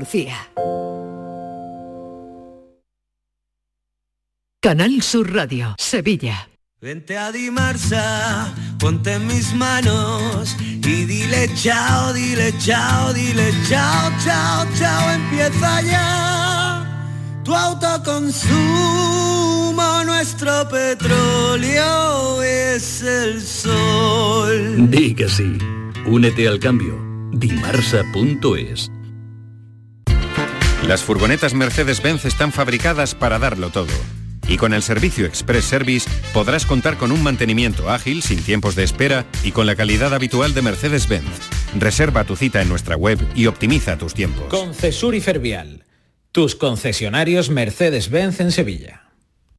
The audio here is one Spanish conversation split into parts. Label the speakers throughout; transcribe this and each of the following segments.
Speaker 1: Andalucía. Canal Sur Radio, Sevilla.
Speaker 2: Vente a Dimarsa, ponte en mis manos y dile chao, dile chao, dile chao, chao, chao, empieza ya. Tu autoconsumo, nuestro petróleo es el sol.
Speaker 3: Di que sí. Únete al cambio. Dimarsa.es
Speaker 4: Las furgonetas Mercedes-Benz están fabricadas para darlo todo. Y con el servicio Express Service podrás contar con un mantenimiento ágil, sin tiempos de espera y con la calidad habitual de Mercedes-Benz. Reserva tu cita en nuestra web y optimiza tus tiempos.
Speaker 5: Concesur y Fervial. Tus concesionarios Mercedes-Benz en Sevilla.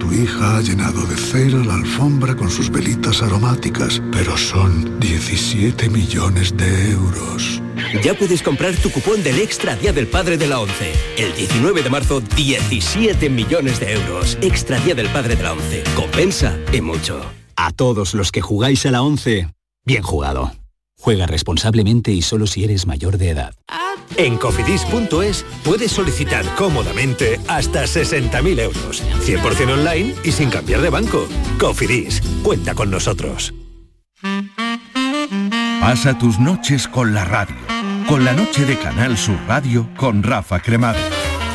Speaker 6: tu hija ha llenado de cera la alfombra con sus velitas aromáticas, pero son 17 millones de euros.
Speaker 7: Ya puedes comprar tu cupón del Extra Día del Padre de la 11. El 19 de marzo, 17 millones de euros. Extra Día del Padre de la 11. Compensa y mucho.
Speaker 8: A todos los que jugáis a la 11, bien jugado. Juega responsablemente y solo si eres mayor de edad.
Speaker 9: En cofidis.es puedes solicitar cómodamente hasta 60.000 euros, 100% online y sin cambiar de banco. Cofidis, cuenta con nosotros.
Speaker 10: Pasa tus noches con la radio, con la noche de Canal Sur Radio con Rafa Cremades.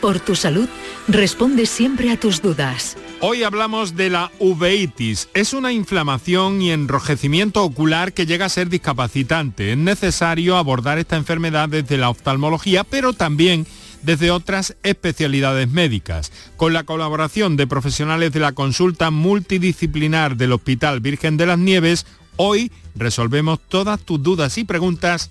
Speaker 1: por tu salud, responde siempre a tus dudas.
Speaker 11: Hoy hablamos de la uveitis. Es una inflamación y enrojecimiento ocular que llega a ser discapacitante. Es necesario abordar esta enfermedad desde la oftalmología, pero también desde otras especialidades médicas. Con la colaboración de profesionales de la consulta multidisciplinar del Hospital Virgen de las Nieves, hoy resolvemos todas tus dudas y preguntas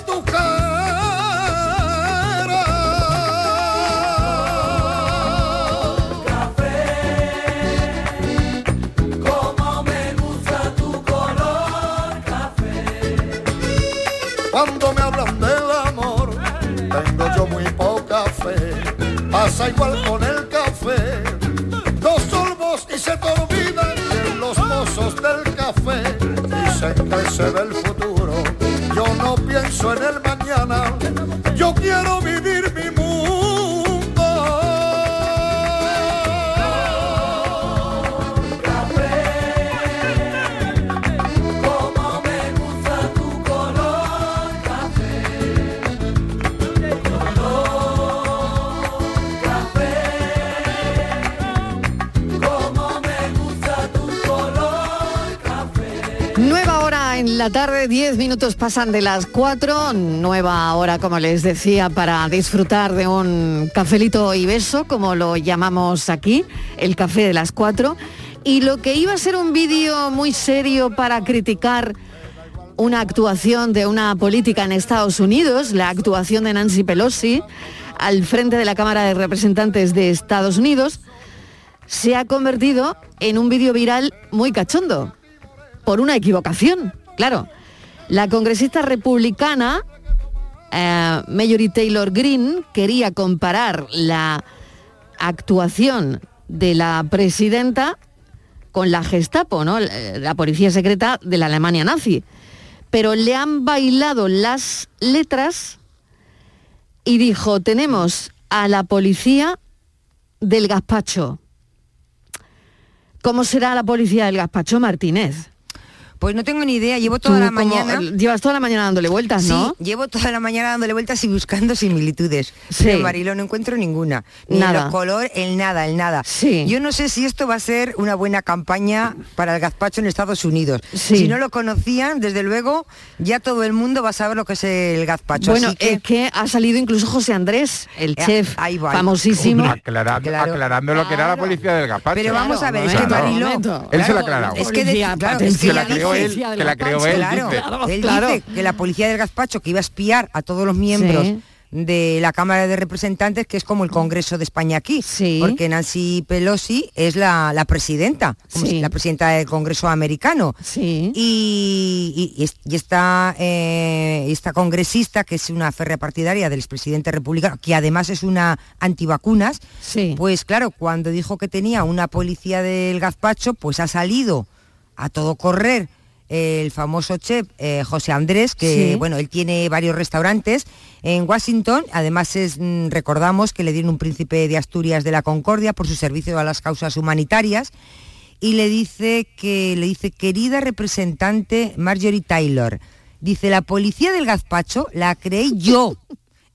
Speaker 12: tu cara.
Speaker 2: Como me gusta tu color
Speaker 12: Cuando me hablan del amor, tengo yo muy poca fe. Pasa igual con el café. Dos sorbos y se te olvidan que los mozos del café. Dicen que se ve el futuro. Yo no pienso en el mañana. Yo quiero vivir mi mundo.
Speaker 2: café. Como me
Speaker 13: Ahora en la tarde, 10 minutos pasan de las 4, nueva hora, como les decía, para disfrutar de un cafelito y beso, como lo llamamos aquí, el café de las 4. Y lo que iba a ser un vídeo muy serio para criticar una actuación de una política en Estados Unidos, la actuación de Nancy Pelosi al frente de la Cámara de Representantes de Estados Unidos, se ha convertido en un vídeo viral muy cachondo, por una equivocación, claro. La congresista republicana, eh, Mallory Taylor Green, quería comparar la actuación de la presidenta con la Gestapo, ¿no? Eh, la policía secreta de la Alemania nazi. Pero le han bailado las letras y dijo, tenemos a la policía del gazpacho. ¿Cómo será la policía del gazpacho, Martínez?
Speaker 14: Pues no tengo ni idea, llevo toda
Speaker 13: Tú
Speaker 14: la
Speaker 13: como-
Speaker 14: mañana.
Speaker 13: Llevas toda la mañana dándole vueltas, ¿no?
Speaker 14: Sí, llevo toda la mañana dándole vueltas y buscando similitudes.
Speaker 13: Sí.
Speaker 14: Pero Mariló no encuentro ninguna. Ni en
Speaker 13: Nada.
Speaker 14: los color, el nada, el nada. Yo no sé si esto va a ser una buena campaña para el gazpacho en Estados Unidos.
Speaker 13: Sí.
Speaker 14: Si no lo conocían, desde luego, ya todo el mundo va a saber lo que es el gazpacho.
Speaker 13: Bueno,
Speaker 14: así que-
Speaker 13: es que ha salido incluso José Andrés, el
Speaker 14: Eh,
Speaker 13: chef
Speaker 14: ahí va.
Speaker 13: famosísimo.
Speaker 15: Aclarando, aclarando lo que era la policía del gazpacho.
Speaker 14: Pero vamos a ver, es que
Speaker 15: Claro.
Speaker 14: Mariló...
Speaker 15: Él se lo ha aclarado.
Speaker 14: Es que, de- claro, es
Speaker 15: que la
Speaker 14: ella
Speaker 15: creó
Speaker 14: dice-
Speaker 15: él, que la creó él,
Speaker 14: Claro,
Speaker 15: dice.
Speaker 14: él
Speaker 15: Claro.
Speaker 14: dice que la policía del gazpacho que iba a espiar a todos los miembros
Speaker 13: Sí.
Speaker 14: de la Cámara de Representantes, que es como el Congreso de España aquí, porque Nancy Pelosi es la, la presidenta, como si- la presidenta del Congreso americano. Y, y- y es- y esta, eh, esta congresista, que es una férrea partidaria del expresidente republicano, que además es una antivacunas, pues claro, cuando dijo que tenía una policía del gazpacho, pues ha salido a todo correr el famoso chef eh, José Andrés, que
Speaker 13: Sí.
Speaker 14: bueno, él tiene varios restaurantes en Washington. Además, es, mm, recordamos que le dieron un príncipe de Asturias de la Concordia por su servicio a las causas humanitarias. Y le dice que, le dice, querida representante Marjorie Taylor, dice, la policía del gazpacho la creé yo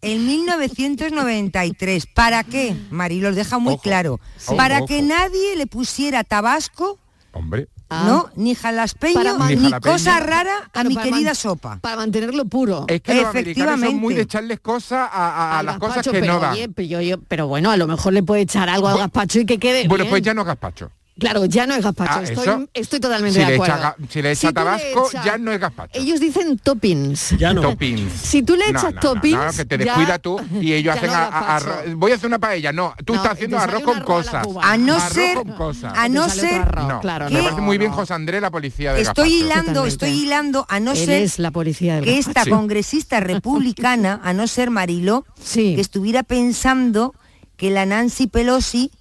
Speaker 14: en 1993. ¿Para qué? Mari, lo deja muy claro.
Speaker 15: Sí.
Speaker 14: Para
Speaker 15: Ojo.
Speaker 14: que nadie le pusiera tabasco
Speaker 15: Hombre.
Speaker 13: Ah.
Speaker 14: no, ni jalaspeño,
Speaker 15: Para man-
Speaker 14: ni,
Speaker 15: Ni jalapeño.
Speaker 14: cosa rara a
Speaker 13: Claro,
Speaker 14: mi
Speaker 13: para
Speaker 14: querida
Speaker 13: man-
Speaker 14: sopa.
Speaker 13: Para mantenerlo puro.
Speaker 15: Es que los americanos son muy de echarles cosas a, a- a las cosas
Speaker 13: Gazpacho,
Speaker 15: que
Speaker 13: pero,
Speaker 15: no dan.
Speaker 13: oye, pero, yo- yo- pero bueno, a lo mejor le puede echar algo al gazpacho y que quede
Speaker 15: Bueno,
Speaker 13: bien.
Speaker 15: pues ya no es gazpacho.
Speaker 13: Claro, ya no es gazpacho.
Speaker 15: Ah,
Speaker 13: estoy,
Speaker 15: eso.
Speaker 13: estoy
Speaker 15: Si
Speaker 13: totalmente de
Speaker 15: le
Speaker 13: acuerdo.
Speaker 15: echa ga- si le echa
Speaker 13: tú
Speaker 15: tabasco,
Speaker 13: echas-
Speaker 15: ya no es gazpacho.
Speaker 13: Ellos dicen toppings.
Speaker 15: Ya no. Toppings.
Speaker 13: Si tú le
Speaker 15: No,
Speaker 13: echas
Speaker 15: no, no,
Speaker 13: toppings...
Speaker 15: No, que te
Speaker 13: ya-
Speaker 15: descuida tú y ellos
Speaker 13: ya
Speaker 15: hacen
Speaker 13: no
Speaker 15: a-
Speaker 13: es
Speaker 15: a-
Speaker 13: gazpacho.
Speaker 15: arroz. Voy a hacer una paella. No, tú
Speaker 13: No,
Speaker 15: estás haciendo
Speaker 13: te
Speaker 15: arroz
Speaker 13: sale
Speaker 15: con
Speaker 13: un arroz a la
Speaker 15: cosas.
Speaker 13: cubana. A no
Speaker 15: Arroz
Speaker 14: ser-
Speaker 15: con cosas.
Speaker 14: a no Te sale otro ser- arroz,
Speaker 15: No,
Speaker 14: claro,
Speaker 15: Me
Speaker 14: no.
Speaker 15: parece muy bien José Andrés, la policía de
Speaker 14: Estoy
Speaker 15: gazpacho.
Speaker 14: hilando, estoy hilando, a no
Speaker 13: Él
Speaker 14: ser
Speaker 13: es la policía del
Speaker 14: que esta
Speaker 15: Sí.
Speaker 14: congresista republicana, a no ser Mariló, que estuviera pensando que la Nancy Pelosi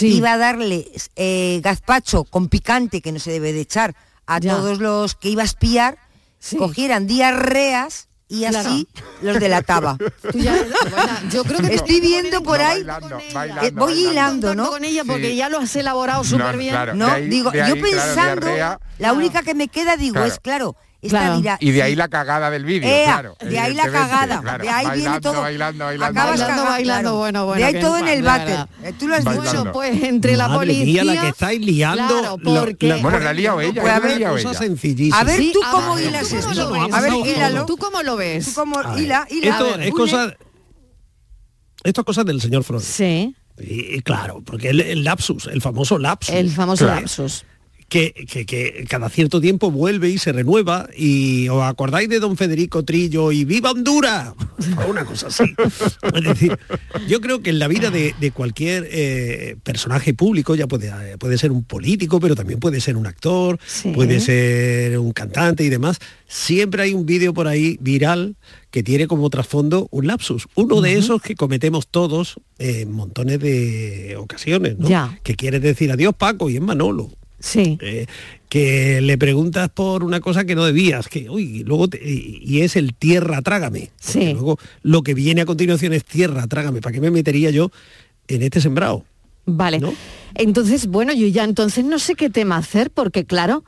Speaker 14: iba a darle eh, gazpacho con picante, que no se debe de echar, a todos los que iba a espiar, cogieran diarreas y
Speaker 13: Claro.
Speaker 14: así los delataba.
Speaker 13: Tú ya- bueno, yo creo que
Speaker 14: Estoy viendo por ahí, eh, voy hilando, ¿no?
Speaker 13: con ella porque
Speaker 14: Sí.
Speaker 13: ya lo has elaborado súper bien.
Speaker 15: claro,
Speaker 14: no,
Speaker 15: de ahí-
Speaker 14: digo,
Speaker 15: de
Speaker 14: yo
Speaker 15: ahí, claro,
Speaker 14: pensando,
Speaker 15: diarrea.
Speaker 14: la única que me queda, digo,
Speaker 15: Claro.
Speaker 14: es claro, esta dirá,
Speaker 15: Y de ahí la cagada del vídeo,
Speaker 14: Ea,
Speaker 15: claro.
Speaker 14: de ahí la
Speaker 15: evidentemente,
Speaker 14: cagada,
Speaker 15: claro.
Speaker 14: de ahí
Speaker 15: bailando,
Speaker 14: viene todo.
Speaker 15: Bailando, bailando,
Speaker 14: Acabas
Speaker 13: Bailando,
Speaker 14: cagado,
Speaker 13: bailando,
Speaker 14: claro.
Speaker 13: bueno, bueno.
Speaker 14: De ahí
Speaker 13: que
Speaker 14: todo en el váter.
Speaker 13: verdad.
Speaker 14: Eh, tú lo has dicho.
Speaker 13: Bueno, pues entre la
Speaker 16: Madre mía,
Speaker 13: policía...
Speaker 16: la que estáis liando.
Speaker 13: Claro,
Speaker 16: lo-
Speaker 13: porque...
Speaker 15: Bueno, la ha liado ella,
Speaker 16: Pues
Speaker 15: yo la
Speaker 16: a
Speaker 15: he
Speaker 16: ver,
Speaker 15: liado
Speaker 16: cosa
Speaker 15: ella.
Speaker 16: sencillísima.
Speaker 14: A ver,
Speaker 13: Sí,
Speaker 14: ¿tú
Speaker 13: a
Speaker 14: cómo
Speaker 13: ver,
Speaker 14: hilas
Speaker 13: ¿tú cómo
Speaker 14: esto?
Speaker 13: lo ves?
Speaker 14: A ver,
Speaker 13: No,
Speaker 14: hílalo.
Speaker 13: ¿Tú cómo lo ves?
Speaker 14: ¿Tú cómo
Speaker 16: A ver,
Speaker 14: hila, hila?
Speaker 16: Esto
Speaker 14: A ver,
Speaker 16: es cosa... Esto es cosa del señor Freud.
Speaker 13: Sí.
Speaker 16: Y, y claro, porque el, el lapsus, el famoso lapsus.
Speaker 13: El famoso
Speaker 16: Claro.
Speaker 13: lapsus.
Speaker 16: Que, que- que cada cierto tiempo vuelve y se renueva y os acordáis de don Federico Trillo y ¡Viva Honduras! O una cosa así. Es decir, yo creo que en la vida de, de cualquier eh, personaje público, ya puede, eh, puede ser un político, pero también puede ser un actor, puede ser un cantante y demás, siempre hay un vídeo por ahí viral que tiene como trasfondo un lapsus. Uno de esos que cometemos todos en montones de ocasiones, ¿no?
Speaker 13: Ya.
Speaker 16: Que quieres decir adiós Paco y es Manolo.
Speaker 13: Sí.
Speaker 17: Eh,
Speaker 16: que le preguntas por una cosa que no debías, que uy, y luego te- y, y es el tierra trágame. porque Luego lo que viene a continuación es tierra trágame. ¿Para qué me metería yo en este sembrado?
Speaker 13: Vale. Entonces, bueno, yo ya entonces no sé qué tema hacer, porque claro,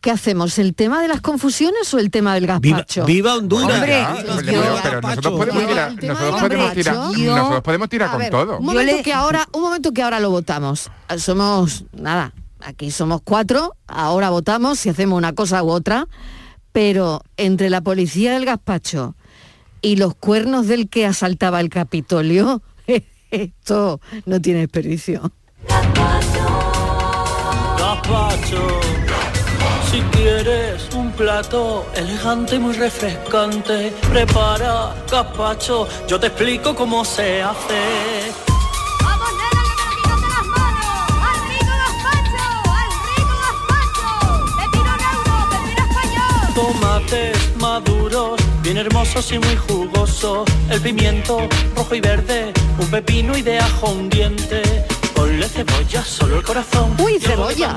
Speaker 13: ¿qué hacemos? ¿El tema de las confusiones o el tema del
Speaker 16: Viva,
Speaker 13: gazpacho?
Speaker 16: viva Honduras.
Speaker 13: Hombre,
Speaker 15: Hombre, pero, pero nosotros pues podemos tirar, nosotros podemos tirar,
Speaker 13: Yo-
Speaker 15: nosotros podemos tirar
Speaker 13: A
Speaker 15: con
Speaker 13: ver,
Speaker 15: todo.
Speaker 13: Un momento, que ahora, un momento que ahora lo votamos. Ah, Somos, nada, aquí somos cuatro, ahora votamos si hacemos una cosa u otra, pero entre la policía del gazpacho y los cuernos del que asaltaba el Capitolio, esto no tiene desperdicio.
Speaker 2: Gazpacho. Si quieres un plato elegante, muy refrescante, prepara gazpacho. Yo te explico cómo se hace. Tomates maduros, bien hermosos y muy jugosos. El pimiento rojo y verde, un pepino y de ajo un diente. Ponle cebolla, solo el corazón.
Speaker 13: Uy, cebolla.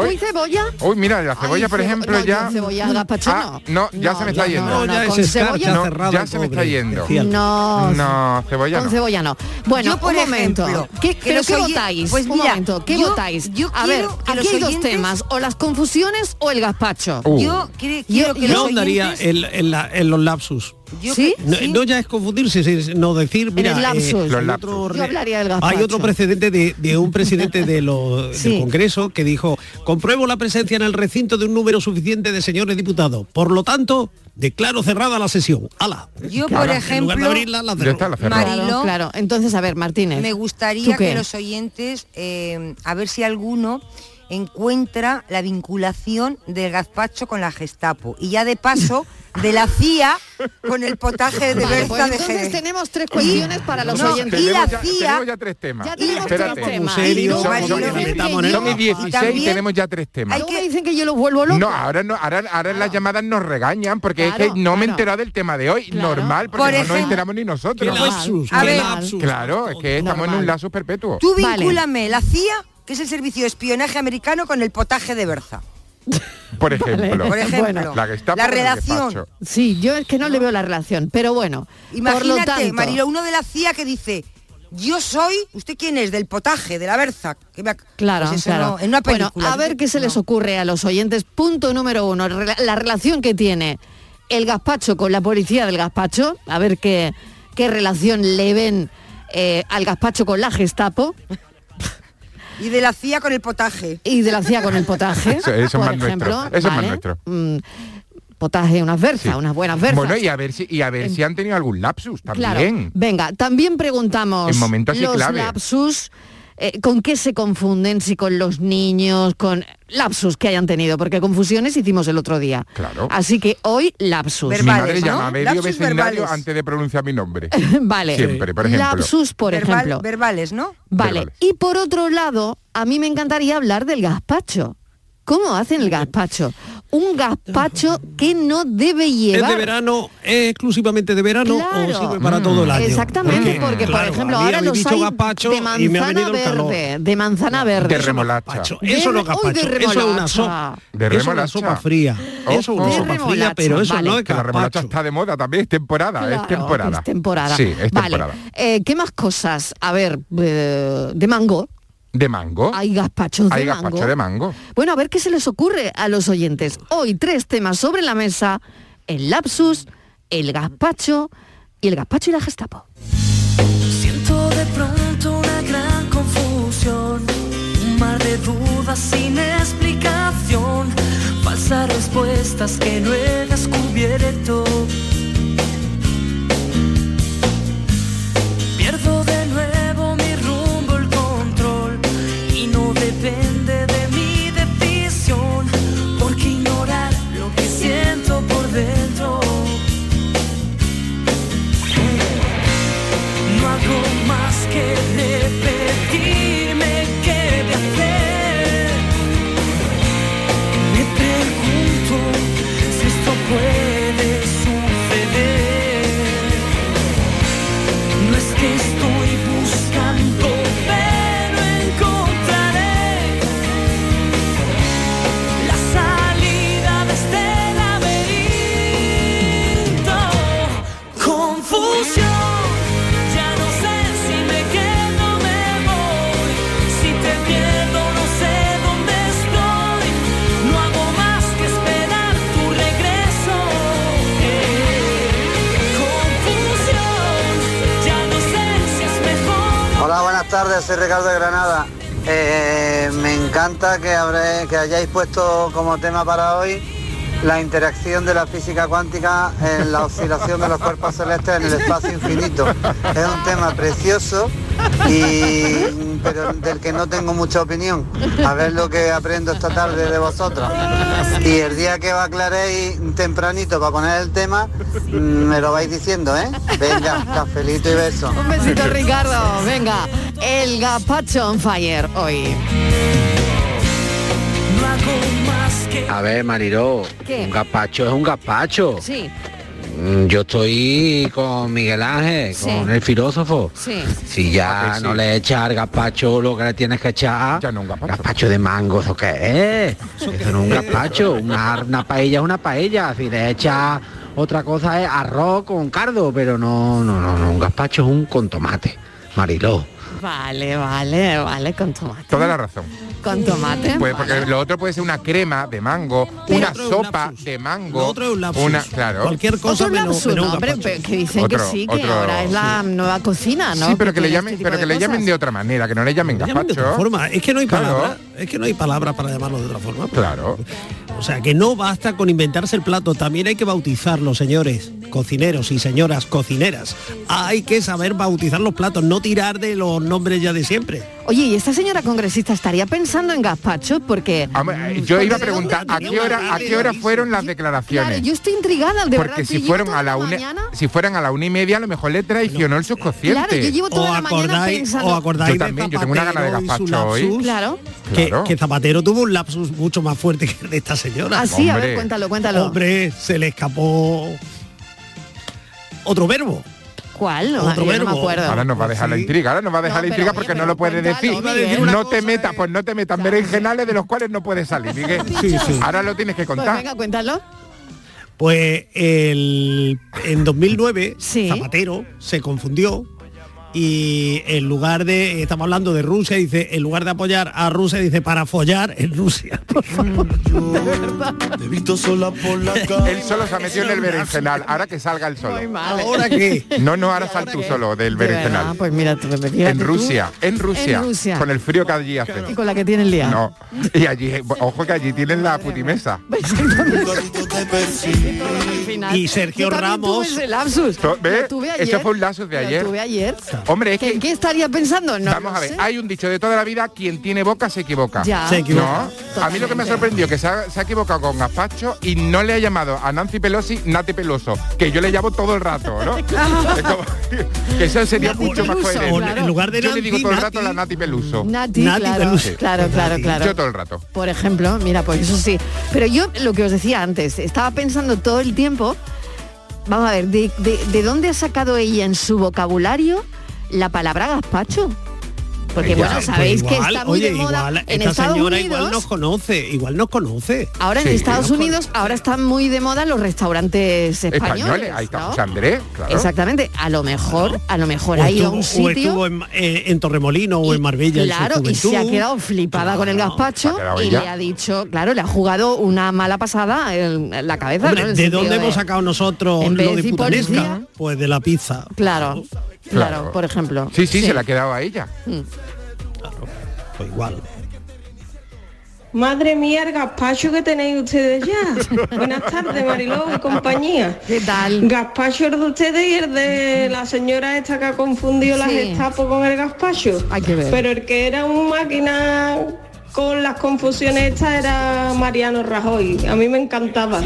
Speaker 13: Uy, cebolla.
Speaker 15: Uy, mira, la cebolla,
Speaker 13: Ay,
Speaker 15: por
Speaker 13: cebo-
Speaker 15: ejemplo,
Speaker 13: no,
Speaker 15: ya...
Speaker 13: no, cebolla, gazpacho
Speaker 15: Ah, no, ya se me está yendo.
Speaker 13: no, no, No, ya con es escarcha cebolla-
Speaker 15: No,
Speaker 13: cerrada,
Speaker 15: ya se me está
Speaker 13: pobre,
Speaker 15: yendo.
Speaker 13: es cierto. No.
Speaker 15: No, cebolla
Speaker 13: Con
Speaker 15: no.
Speaker 13: cebolla no. Bueno,
Speaker 14: Yo, por
Speaker 13: un momento.
Speaker 14: ejemplo,
Speaker 13: ¿Qué,
Speaker 14: que
Speaker 13: pero
Speaker 14: los
Speaker 13: qué
Speaker 14: oyen-
Speaker 13: votáis?
Speaker 14: pues
Speaker 13: un
Speaker 14: mira,
Speaker 13: momento, ¿qué
Speaker 14: yo-
Speaker 13: votáis?
Speaker 14: yo
Speaker 13: A ver,
Speaker 14: quiero que
Speaker 13: aquí
Speaker 14: los
Speaker 13: hay dos
Speaker 14: oyentes-
Speaker 13: temas, o las confusiones o el gazpacho.
Speaker 16: Uh. Yo
Speaker 14: quiero-
Speaker 13: yo,
Speaker 16: Yo andaría en, en la- en los lapsus.
Speaker 13: Yo- ¿Sí?
Speaker 16: No, no ya es confundirse, es no decir, mira,
Speaker 13: el
Speaker 16: eh,
Speaker 13: lapsus.
Speaker 16: hay
Speaker 13: Los
Speaker 16: otro
Speaker 13: lapsus.
Speaker 16: re-
Speaker 13: Yo hablaría del gazpacho.
Speaker 16: Hay otro precedente de, de un presidente de los- del Congreso que dijo, compruebo la presencia en el recinto de un número suficiente de señores diputados. Por lo tanto, declaro cerrada la sesión. ¡Hala!
Speaker 14: Yo, por
Speaker 16: Ala, En lugar de
Speaker 14: ejemplo,
Speaker 16: abrirla, la cerró.
Speaker 13: Claro, claro. Entonces, a ver, Martínez.
Speaker 14: me
Speaker 13: ¿tú
Speaker 14: gustaría
Speaker 13: qué?
Speaker 14: que los oyentes, eh, a ver si alguno encuentra la vinculación del gazpacho con la Gestapo. Y ya de paso, de la CIA con el potaje de
Speaker 13: Vale,
Speaker 14: Berta
Speaker 13: pues
Speaker 14: de
Speaker 13: entonces
Speaker 14: Jerez.
Speaker 13: tenemos tres cuestiones para los oyentes.
Speaker 14: Y la
Speaker 15: Tenemos ya-
Speaker 14: CIA...
Speaker 15: tenemos ya tres temas.
Speaker 13: Ya tenemos
Speaker 15: Espérate.
Speaker 13: tres temas.
Speaker 15: Son-
Speaker 13: Y
Speaker 15: son-
Speaker 13: luego
Speaker 15: son-
Speaker 13: hay que metamos en el
Speaker 15: Son y
Speaker 13: mapa.
Speaker 15: 16
Speaker 13: También
Speaker 15: y tenemos ya tres temas.
Speaker 13: Luego me dicen que yo los vuelvo locos.
Speaker 15: No, ahora no, ahora, ahora en las llamadas nos regañan porque es
Speaker 13: Claro,
Speaker 15: que no me he
Speaker 13: claro.
Speaker 15: enterado del tema de hoy. Normal, porque
Speaker 14: Por
Speaker 15: no
Speaker 14: ejemplo-
Speaker 15: nos enteramos ni nosotros.
Speaker 14: Qué lapsus, A qué ver. lapsus.
Speaker 15: claro, es que estamos en un lazo perpetuo.
Speaker 14: Tú vincúlame la CIA, que es el servicio de espionaje americano, con el potaje de Berza.
Speaker 15: Por ejemplo,
Speaker 14: Por ejemplo,
Speaker 15: la que está
Speaker 14: la relación.
Speaker 13: Sí, yo es que no le veo la relación, pero bueno. por lo
Speaker 14: Imagínate,
Speaker 13: tanto,
Speaker 14: Marilo, uno de la CIA que dice, yo soy, ¿usted quién es? Del potaje, de la Berza. Que me ac-
Speaker 13: Claro,
Speaker 14: Pues eso
Speaker 13: claro.
Speaker 14: no, en una película.
Speaker 13: bueno, a ver qué se les ocurre a los oyentes. Punto número uno, re- la relación que tiene el gazpacho con la policía del gazpacho, a ver qué, qué relación le ven eh, al gazpacho con la Gestapo.
Speaker 14: Y de la CIA con el potaje.
Speaker 13: Y de la CIA con el potaje.
Speaker 15: Eso, eso es
Speaker 13: por
Speaker 15: más
Speaker 13: ejemplo,
Speaker 15: nuestro. Eso es más
Speaker 13: ¿vale?
Speaker 15: nuestro.
Speaker 13: Mm, potaje, unas berzas, unas buenas berzas.
Speaker 15: Bueno, y a ver si, y a ver si han tenido algún lapsus
Speaker 13: Claro.
Speaker 15: también.
Speaker 13: Venga, también preguntamos
Speaker 15: En momentos así
Speaker 13: los
Speaker 15: clave.
Speaker 13: lapsus, eh, ¿con qué se confunden? Si con los niños, con lapsus que hayan tenido, porque confusiones hicimos el otro día.
Speaker 15: Claro.
Speaker 13: Así que hoy lapsus.
Speaker 15: Mi madre llama a medio vecindario antes de pronunciar mi nombre.
Speaker 13: vale.
Speaker 15: Siempre, por ejemplo.
Speaker 13: Lapsus, por
Speaker 14: Verbal-
Speaker 13: ejemplo.
Speaker 14: Verbales, ¿no?
Speaker 13: Vale. Y por otro lado, a mí me encantaría hablar del gazpacho. ¿Cómo hacen el gazpacho? Un gazpacho que no debe llevar.
Speaker 16: ¿Es de verano, es exclusivamente de verano
Speaker 13: Claro.
Speaker 16: o sirve para
Speaker 15: Mm.
Speaker 16: todo el año?
Speaker 13: Exactamente, porque, por
Speaker 16: claro,
Speaker 13: ejemplo,
Speaker 16: a mí
Speaker 13: ahora
Speaker 16: habéis
Speaker 13: los
Speaker 16: dicho
Speaker 13: hay
Speaker 16: gazpacho
Speaker 13: de
Speaker 16: y me ha
Speaker 13: manzana
Speaker 16: venido el calor.
Speaker 13: verde, de manzana verde.
Speaker 16: De remolacha. Eso no es
Speaker 13: De- uy, de
Speaker 16: gazpacho, eso es una
Speaker 13: remolacha.
Speaker 16: sopa. Eso es una sopa fría.
Speaker 15: Oh,
Speaker 16: Eso es una
Speaker 13: De
Speaker 16: sopa fría,
Speaker 13: remolacha,
Speaker 16: pero eso
Speaker 13: vale.
Speaker 16: no es
Speaker 15: Que la remolacha está de moda también, es temporada,
Speaker 13: Claro,
Speaker 15: es temporada.
Speaker 13: que es temporada.
Speaker 15: Sí, es
Speaker 13: vale.
Speaker 15: temporada.
Speaker 13: Eh, ¿Qué más cosas? A ver, eh, de mango.
Speaker 15: De mango.
Speaker 13: Hay gazpachos
Speaker 15: Hay
Speaker 13: de mango.
Speaker 15: gazpacho de mango.
Speaker 13: Bueno, a ver qué se les ocurre a los oyentes. Hoy tres temas sobre la mesa. El lapsus, el gazpacho y el gazpacho y la gestapo.
Speaker 2: Siento de pronto una gran confusión, un mar de dudas sin explicación, falsas respuestas que no he descubierto. Pierdo de nuevo mi rumbo, el control, y no depende de mi decisión, porque ignorar lo que siento por dentro. No hago más que repetirme qué de hacer. Me pregunto si esto puede suceder. No es que estoy buscando, pero encontraré la salida de este laberinto. Confusión. Ya no sé si me quedo o me voy, si te pierdo no sé dónde estoy, no hago más que esperar tu regreso. Eh, Confusión, ya no sé si es mejor.
Speaker 18: Hola, buenas tardes, soy Ricardo de Granada. Eh, me encanta que, habré- que hayáis puesto como tema para hoy la interacción de la física cuántica en la oscilación de los cuerpos celestes en el espacio infinito. Es un tema precioso, y, pero del que no tengo mucha opinión. A ver lo que aprendo esta tarde de vosotros. Y el día que os aclaréis tempranito para poner el tema, mm, me lo vais diciendo, ¿eh? Venga, cafelito y beso.
Speaker 13: Un besito, Ricardo. Venga, el gazpacho on fire hoy.
Speaker 2: No hago más que
Speaker 19: A ver, Mariló,
Speaker 13: ¿Qué?
Speaker 19: un gazpacho es un gazpacho.
Speaker 13: Sí,
Speaker 19: Mm, Yo estoy con Miguel Ángel,
Speaker 13: Sí.
Speaker 19: con el filósofo.
Speaker 13: sí.
Speaker 19: Si ya no le echas al gazpacho lo que le tienes que echar, gazpacho. de mango, ¿eso qué es? Eso no es un
Speaker 20: Eh,
Speaker 19: gazpacho, una, una paella es una paella. Si le echas otra cosa es arroz con cardo, pero no, no, no, no, un gazpacho es un con tomate, Mariló.
Speaker 13: Vale, vale, vale, con tomate.
Speaker 15: Toda la razón.
Speaker 13: Con tomate.
Speaker 15: Pues porque lo otro puede ser una crema de mango, una sopa de mango. Una, claro.
Speaker 16: Cualquier
Speaker 13: Otro lapsus, no, hombre, pero que dicen
Speaker 15: Otro,
Speaker 13: que sí, que
Speaker 15: otro,
Speaker 13: ahora es la nueva cocina, ¿no?
Speaker 15: Sí, pero que le
Speaker 13: tiene
Speaker 15: llamen,
Speaker 13: este tipo
Speaker 15: pero
Speaker 13: de
Speaker 15: que le llamen
Speaker 13: cosas.
Speaker 15: de otra manera, que no le llamen
Speaker 16: Le llaman de
Speaker 15: gazpacho.
Speaker 16: otra forma. Es que no hay
Speaker 15: Claro.
Speaker 16: palabra, es que no hay palabra para llamarlo de otra forma.
Speaker 15: Claro.
Speaker 16: O sea, que no basta con inventarse el plato, también hay que bautizarlo, señores cocineros y señoras cocineras. Hay que saber bautizar los platos, no tirar de los nombres ya de siempre.
Speaker 13: Oye, ¿y esta señora congresista estaría pensando en gazpacho? Porque...
Speaker 15: eh, Yo
Speaker 13: porque
Speaker 15: iba a
Speaker 13: de
Speaker 15: preguntar
Speaker 13: dónde-
Speaker 15: a qué hora a qué hora fueron las declaraciones.
Speaker 13: Claro, yo estoy intrigada, de verdad.
Speaker 15: porque
Speaker 13: yo
Speaker 15: si
Speaker 13: llevo
Speaker 15: fueron
Speaker 13: toda
Speaker 15: a la una,
Speaker 13: mañana-
Speaker 15: si fueran a la una y media, a lo mejor le traicionó el subconsciente.
Speaker 13: Claro, yo llevo toda la mañana pensando-
Speaker 16: ¿Os acordáis
Speaker 15: Yo
Speaker 16: de
Speaker 15: también, yo tengo una gana de
Speaker 16: Zapatero y su
Speaker 15: gazpacho hoy.
Speaker 16: lapsus?
Speaker 13: Claro.
Speaker 16: Que,
Speaker 15: Claro.
Speaker 16: que Zapatero tuvo un lapsus mucho más fuerte que el de esta señora.
Speaker 13: Ah, sí, a ver, Hombre. cuéntalo, cuéntalo.
Speaker 16: Hombre, se le escapó otro verbo.
Speaker 13: ¿Cuál? No,
Speaker 16: Otro
Speaker 13: yo no
Speaker 16: verbo. Pues
Speaker 13: me acuerdo.
Speaker 15: Ahora nos va a dejar la intriga, ahora nos va a dejar
Speaker 13: No,
Speaker 15: la intriga
Speaker 13: pero
Speaker 15: porque
Speaker 13: oye,
Speaker 15: no lo
Speaker 13: pero
Speaker 15: puede
Speaker 13: cuéntalo,
Speaker 15: decir.
Speaker 13: Miguel.
Speaker 15: No te metas, pues no te metas berenjenales de los cuales no puedes salir, Miguel.
Speaker 16: Sí, sí.
Speaker 15: Ahora lo tienes que
Speaker 13: Pues
Speaker 15: contar.
Speaker 13: venga, cuéntalo.
Speaker 16: Pues el, en 2009 Zapatero se confundió y en lugar de, estamos hablando de Rusia, dice, en lugar de apoyar a Rusia, dice, para follar en Rusia.
Speaker 15: Él solo se ha metido en el berenjenal, ahora que salga el solo.
Speaker 13: mal.
Speaker 16: ¿Ahora qué?
Speaker 15: No, no, ahora sal tú solo del berenjenal.
Speaker 13: pues mira,
Speaker 15: en Rusia, en Rusia,
Speaker 13: En Rusia.
Speaker 15: con el frío que allí hace.
Speaker 13: Y con la que tiene el día.
Speaker 15: No, y allí, ojo que allí tienen la putimesa.
Speaker 16: Y
Speaker 13: Yo
Speaker 16: Sergio
Speaker 13: también tuve
Speaker 16: Ramos.
Speaker 13: ese lapsus.
Speaker 15: To- ¿ve?
Speaker 13: Lo tuve
Speaker 15: Esto
Speaker 13: ayer.
Speaker 15: fue un lapsus de
Speaker 13: Lo
Speaker 15: ayer.
Speaker 13: tuve ayer.
Speaker 15: Hombre, es
Speaker 13: ¿Qué,
Speaker 15: que-
Speaker 13: qué estaría pensando? No
Speaker 15: Vamos
Speaker 13: lo
Speaker 15: a ver,
Speaker 13: sé.
Speaker 15: hay un dicho de toda la vida, quien tiene boca se equivoca.
Speaker 13: Ya. Se equivoca.
Speaker 15: No, a mí lo que me ha sorprendido que se ha, se ha equivocado con Gazpacho y no le ha llamado a Nancy Pelosi Nati Peloso, que yo le llamo todo el rato, ¿no? Es como- que eso sería mucho más
Speaker 16: Peluso,
Speaker 15: coherente.
Speaker 16: claro. En lugar de
Speaker 15: yo le digo
Speaker 16: Nancy,
Speaker 15: todo el rato a la
Speaker 16: Nati.
Speaker 15: Nati Peluso.
Speaker 13: Nati, claro, claro, claro, claro.
Speaker 15: Yo todo el rato.
Speaker 13: Por ejemplo, mira, pues eso sí. Pero yo lo que os decía antes, estaba pensando todo el tiempo, vamos a ver, ¿de, de- de dónde ha sacado ella en su vocabulario la palabra gazpacho? Porque
Speaker 16: Igual,
Speaker 13: bueno,
Speaker 16: pues
Speaker 13: sabéis que
Speaker 16: igual,
Speaker 13: está muy
Speaker 16: oye,
Speaker 13: de moda
Speaker 16: igual,
Speaker 13: en
Speaker 16: esta
Speaker 13: Estados
Speaker 16: señora
Speaker 13: Unidos.
Speaker 16: igual nos conoce, igual nos conoce.
Speaker 13: Ahora en Estados
Speaker 15: pues,
Speaker 13: Unidos ahora están muy de moda los restaurantes españoles.
Speaker 16: Españoles, ahí está
Speaker 13: ¿no?
Speaker 16: José Andrés, claro.
Speaker 13: Exactamente. A lo mejor, a lo mejor ha ido a un
Speaker 16: o
Speaker 13: sitio.
Speaker 16: estuvo en, eh, en Torremolino o en Marbella en su
Speaker 13: Claro, y se ha
Speaker 16: juventud.
Speaker 13: quedado flipada con el gazpacho
Speaker 16: quedado
Speaker 13: y
Speaker 16: ella.
Speaker 13: le ha dicho, claro, le ha jugado una mala pasada en en la cabeza.
Speaker 16: Hombre,
Speaker 13: ¿no? En el
Speaker 16: ¿De
Speaker 13: sentido
Speaker 16: dónde hemos sacado nosotros
Speaker 13: en vez
Speaker 16: lo de
Speaker 13: de
Speaker 16: putanesca?
Speaker 13: policía.
Speaker 16: Pues de la pizza.
Speaker 13: Claro, claro,
Speaker 16: Claro.
Speaker 13: por ejemplo.
Speaker 15: Sí, sí, se la ha quedado a ella.
Speaker 13: Mm.
Speaker 16: Pues igual.
Speaker 21: Madre mía, el gazpacho que tenéis ustedes ya. Buenas tardes, Mariló y compañía.
Speaker 13: ¿Qué tal?
Speaker 21: Gazpacho el de ustedes y el de la señora esta que ha confundido las
Speaker 22: Sí.
Speaker 21: estapos con el gazpacho.
Speaker 22: Hay que ver.
Speaker 21: Pero el que era un máquina con las confusiones estas era Mariano Rajoy. A mí me encantaba.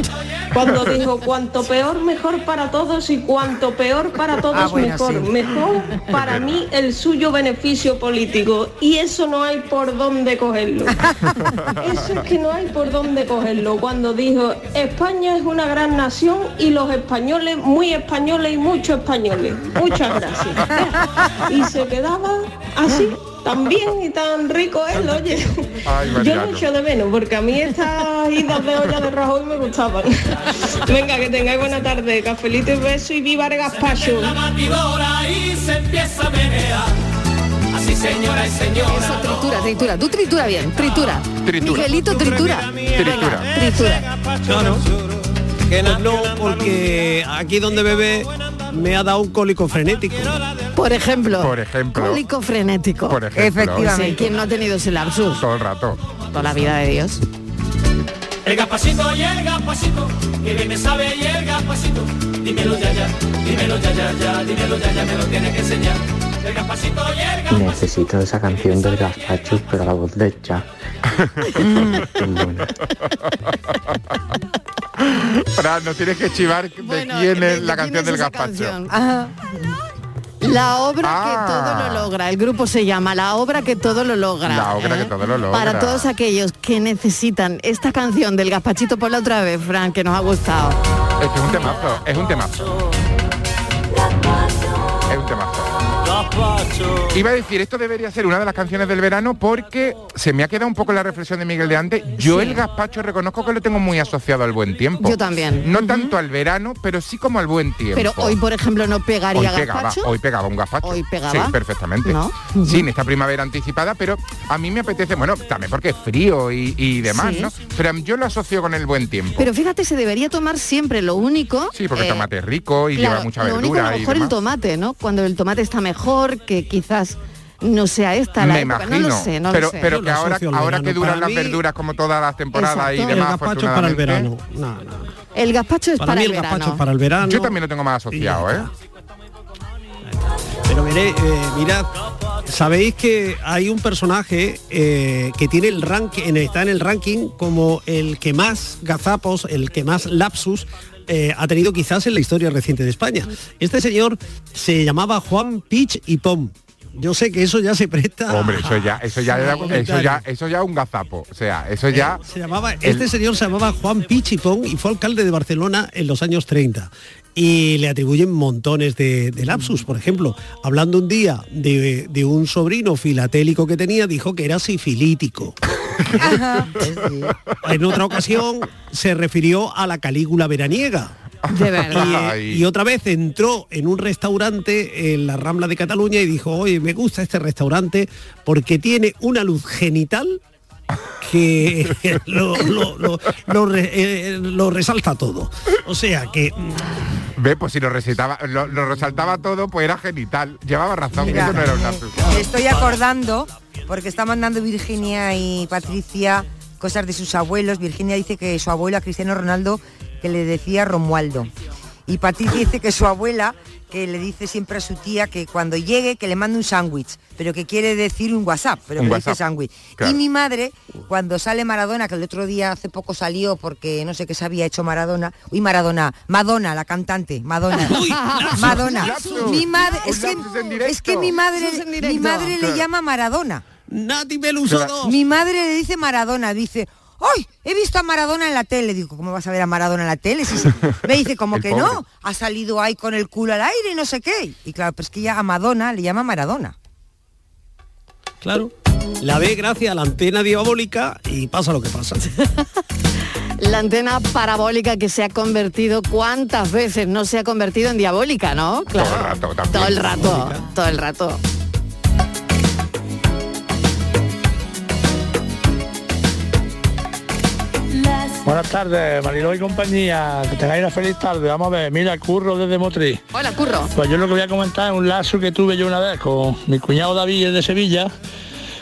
Speaker 21: Cuando dijo, cuanto peor, mejor para todos y cuanto peor para todos,
Speaker 22: Ah, bueno,
Speaker 21: mejor.
Speaker 22: sí.
Speaker 21: Mejor para mí el suyo beneficio político. Y eso no hay por dónde cogerlo. Eso es que no hay por dónde cogerlo. Cuando dijo, España es una gran nación y los españoles, muy españoles y muchos españoles. Muchas gracias. Y se quedaba así, tan bien y tan rico él, oye.
Speaker 22: Ay,
Speaker 21: Yo lo
Speaker 22: Mariano.
Speaker 21: echo de menos, porque a mí estas idas de olla de Rajoy me gustaban. Venga, que tengáis buena tarde. Cafelito y beso y viva el gazpacho.
Speaker 20: y se empieza a menear. Así señora y señora.
Speaker 13: Eso, tritura, tritura. Tú tritura bien, tritura.
Speaker 16: Tritura.
Speaker 13: Miguelito, tritura.
Speaker 16: Tritura.
Speaker 13: Venga, tritura.
Speaker 16: Claro. Pues no, porque aquí donde bebe me ha dado un cólico frenético.
Speaker 13: Por ejemplo.
Speaker 16: Por ejemplo.
Speaker 13: Cólico frenético.
Speaker 16: Por ejemplo. Efectivamente.
Speaker 13: Sí, ¿Quién no ha tenido ese lapsus?
Speaker 15: Todo el rato.
Speaker 13: Toda la vida de Dios.
Speaker 2: El gapasito y el gapasito, que bien me sabe y el gapasito. Dímelo ya ya, dímelo ya ya ya, dímelo ya ya, me lo tienes que enseñar. El gapasito y el
Speaker 19: Necesito esa canción del gazpacho, pero la voz de Cha.
Speaker 15: Fran, no tienes que chivar de quién es la canción del gazpacho.
Speaker 13: Ajá. La obra
Speaker 15: Ah.
Speaker 13: que todo lo logra. El grupo se llama La obra que todo lo logra.
Speaker 15: La obra
Speaker 13: ¿eh?
Speaker 15: que todo lo logra.
Speaker 13: Para todos aquellos que necesitan esta canción del gazpachito por la otra vez, Fran, que nos ha gustado.
Speaker 15: Es que es un temazo, es un temazo. Es un temazo. Iba a decir, esto debería ser una de las canciones del verano porque se me ha quedado un poco la reflexión de Miguel de antes. Yo
Speaker 13: Sí.
Speaker 15: el gazpacho reconozco que lo tengo muy asociado al buen tiempo.
Speaker 13: Yo también.
Speaker 15: No tanto al verano, pero sí como al buen tiempo.
Speaker 13: Pero hoy, por ejemplo, no
Speaker 15: Hoy
Speaker 13: pegaría
Speaker 15: pegaba,
Speaker 13: gazpacho.
Speaker 15: hoy pegaba un gazpacho.
Speaker 13: Hoy pegaba.
Speaker 15: Sí, perfectamente.
Speaker 13: ¿No?
Speaker 15: Sí, en esta primavera anticipada, pero a mí me apetece, bueno, también porque es frío y, y demás,
Speaker 13: Sí.
Speaker 15: ¿no? Pero yo lo asocio con el buen tiempo.
Speaker 13: Pero fíjate, se debería tomar siempre lo único.
Speaker 15: Sí, porque
Speaker 13: eh,
Speaker 15: el tomate es rico y
Speaker 13: claro,
Speaker 15: lleva mucha
Speaker 13: lo único,
Speaker 15: verdura
Speaker 13: a lo
Speaker 15: y
Speaker 13: mejor el
Speaker 15: demás.
Speaker 13: tomate, ¿no? Cuando el tomate está mejor, que quizás no sea esta la
Speaker 15: me
Speaker 13: época.
Speaker 15: imagino.
Speaker 13: No lo sé, no
Speaker 15: pero
Speaker 13: lo sé.
Speaker 15: pero que ahora, ahora que duran las verduras como todas las temporadas y
Speaker 16: Exacto. El
Speaker 15: demás,
Speaker 16: gazpacho es para el
Speaker 15: afortunadamente,
Speaker 13: El gazpacho es para, el verano.
Speaker 16: para el verano.
Speaker 15: Yo también lo tengo más asociado, ¿eh?
Speaker 16: Pero miré, eh, mirad, sabéis que hay un personaje eh, que tiene el ranking, en- está en el ranking como el que más gazapos, el que más lapsus eh, ha tenido quizás en la historia reciente de España. Este señor se llamaba Juan Pich y Pom. Yo sé que eso ya se presta.
Speaker 15: Hombre, eso ya, eso ya,
Speaker 16: Sí,
Speaker 15: era- eso
Speaker 16: comentario.
Speaker 15: ya, eso ya es un gazapo. O sea, eso ya.
Speaker 16: Eh, se llamaba,
Speaker 15: el-
Speaker 16: este señor se llamaba Juan Pichipón y fue alcalde de Barcelona en los años 30. Y le atribuyen montones de, de lapsus. Por ejemplo, hablando un día de, de un sobrino filatélico que tenía, dijo que era sifilítico. Pues en otra ocasión se refirió a la calígula veraniega.
Speaker 13: De verdad.
Speaker 16: Y, eh, y otra vez entró en un restaurante en la Rambla de Cataluña y dijo, oye, me gusta este restaurante porque tiene una luz genital que lo, lo- lo- lo re- eh, lo resalta todo. O sea que
Speaker 15: Ve, pues si lo recitaba, lo, lo resaltaba todo, pues era genital. Llevaba razón,
Speaker 14: Mira. eh,
Speaker 15: eso no era un lapsus.
Speaker 14: Me estoy acordando, porque está mandando Virginia y Patricia cosas de sus abuelos. Virginia dice que su abuelo a Cristiano Ronaldo que le decía Romualdo. Y Patricia dice que su abuela que le dice siempre a su tía que cuando llegue que le mande un sándwich, pero que quiere decir un WhatsApp, pero
Speaker 23: Un
Speaker 14: que
Speaker 23: WhatsApp,
Speaker 14: dice sándwich.
Speaker 23: claro.
Speaker 14: Y mi madre, cuando sale Maradona, que el otro día hace poco salió porque no sé qué se había hecho Maradona, uy Maradona, Madonna, la cantante, Madonna,
Speaker 23: Uy, lapsus,
Speaker 14: Madonna,
Speaker 23: lapsus.
Speaker 14: mi madre,
Speaker 23: Un
Speaker 14: es que,
Speaker 23: lapsus en
Speaker 14: es que mi
Speaker 23: directo.
Speaker 14: madre,
Speaker 23: Lapsus en
Speaker 14: mi
Speaker 23: directo.
Speaker 14: madre le
Speaker 23: Claro.
Speaker 14: llama Maradona.
Speaker 16: Nati Peluso Claro. dos.
Speaker 14: Mi madre le dice Maradona, dice, ¡ay! He visto a Maradona en la tele. Digo, ¿cómo vas a ver a Maradona en la tele? Si se-". Me dice, como
Speaker 23: El
Speaker 14: que
Speaker 23: pobre.
Speaker 14: no, ha salido ahí con el culo al aire y no sé qué. Y claro, pero es que ya a Madonna le llama Maradona.
Speaker 16: Claro. La ve gracias a la antena diabólica y pasa lo que pasa.
Speaker 13: La antena parabólica que se ha convertido, ¿cuántas veces no se ha convertido en diabólica, no? Claro. Todo el rato, todo el rato.
Speaker 17: Buenas tardes, Mariló y compañía. Que tengáis una feliz tarde. Vamos a ver, mira, Curro desde Motriz.
Speaker 13: Hola, curro.
Speaker 17: Pues yo lo que voy a comentar es un lazo que tuve yo una vez con mi cuñado David el de Sevilla.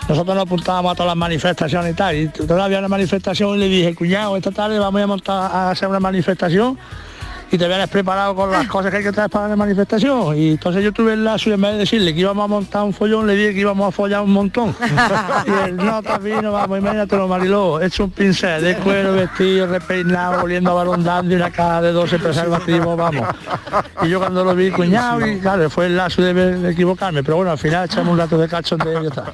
Speaker 17: Nosotros nos apuntábamos a todas las manifestaciones y tal. Y todavía había una manifestación y le dije, cuñado, esta tarde vamos a montar a hacer una manifestación y te vienes preparado con las cosas que hay que traer para la manifestación. Y entonces yo tuve el lazo y en vez de decirle que íbamos a montar un follón, le dije que íbamos a follar un montón. y él, no, papi, no vamos, imagínatelo, Mariló, hecho un pincel de cuero, vestido, repeinado, oliendo a varón dando y una caja de 12 preservativos, vamos. Y yo cuando lo vi, cuñado, y claro, fue el lazo de, de equivocarme, pero bueno, al final echamos un rato de cachondeo y ya está.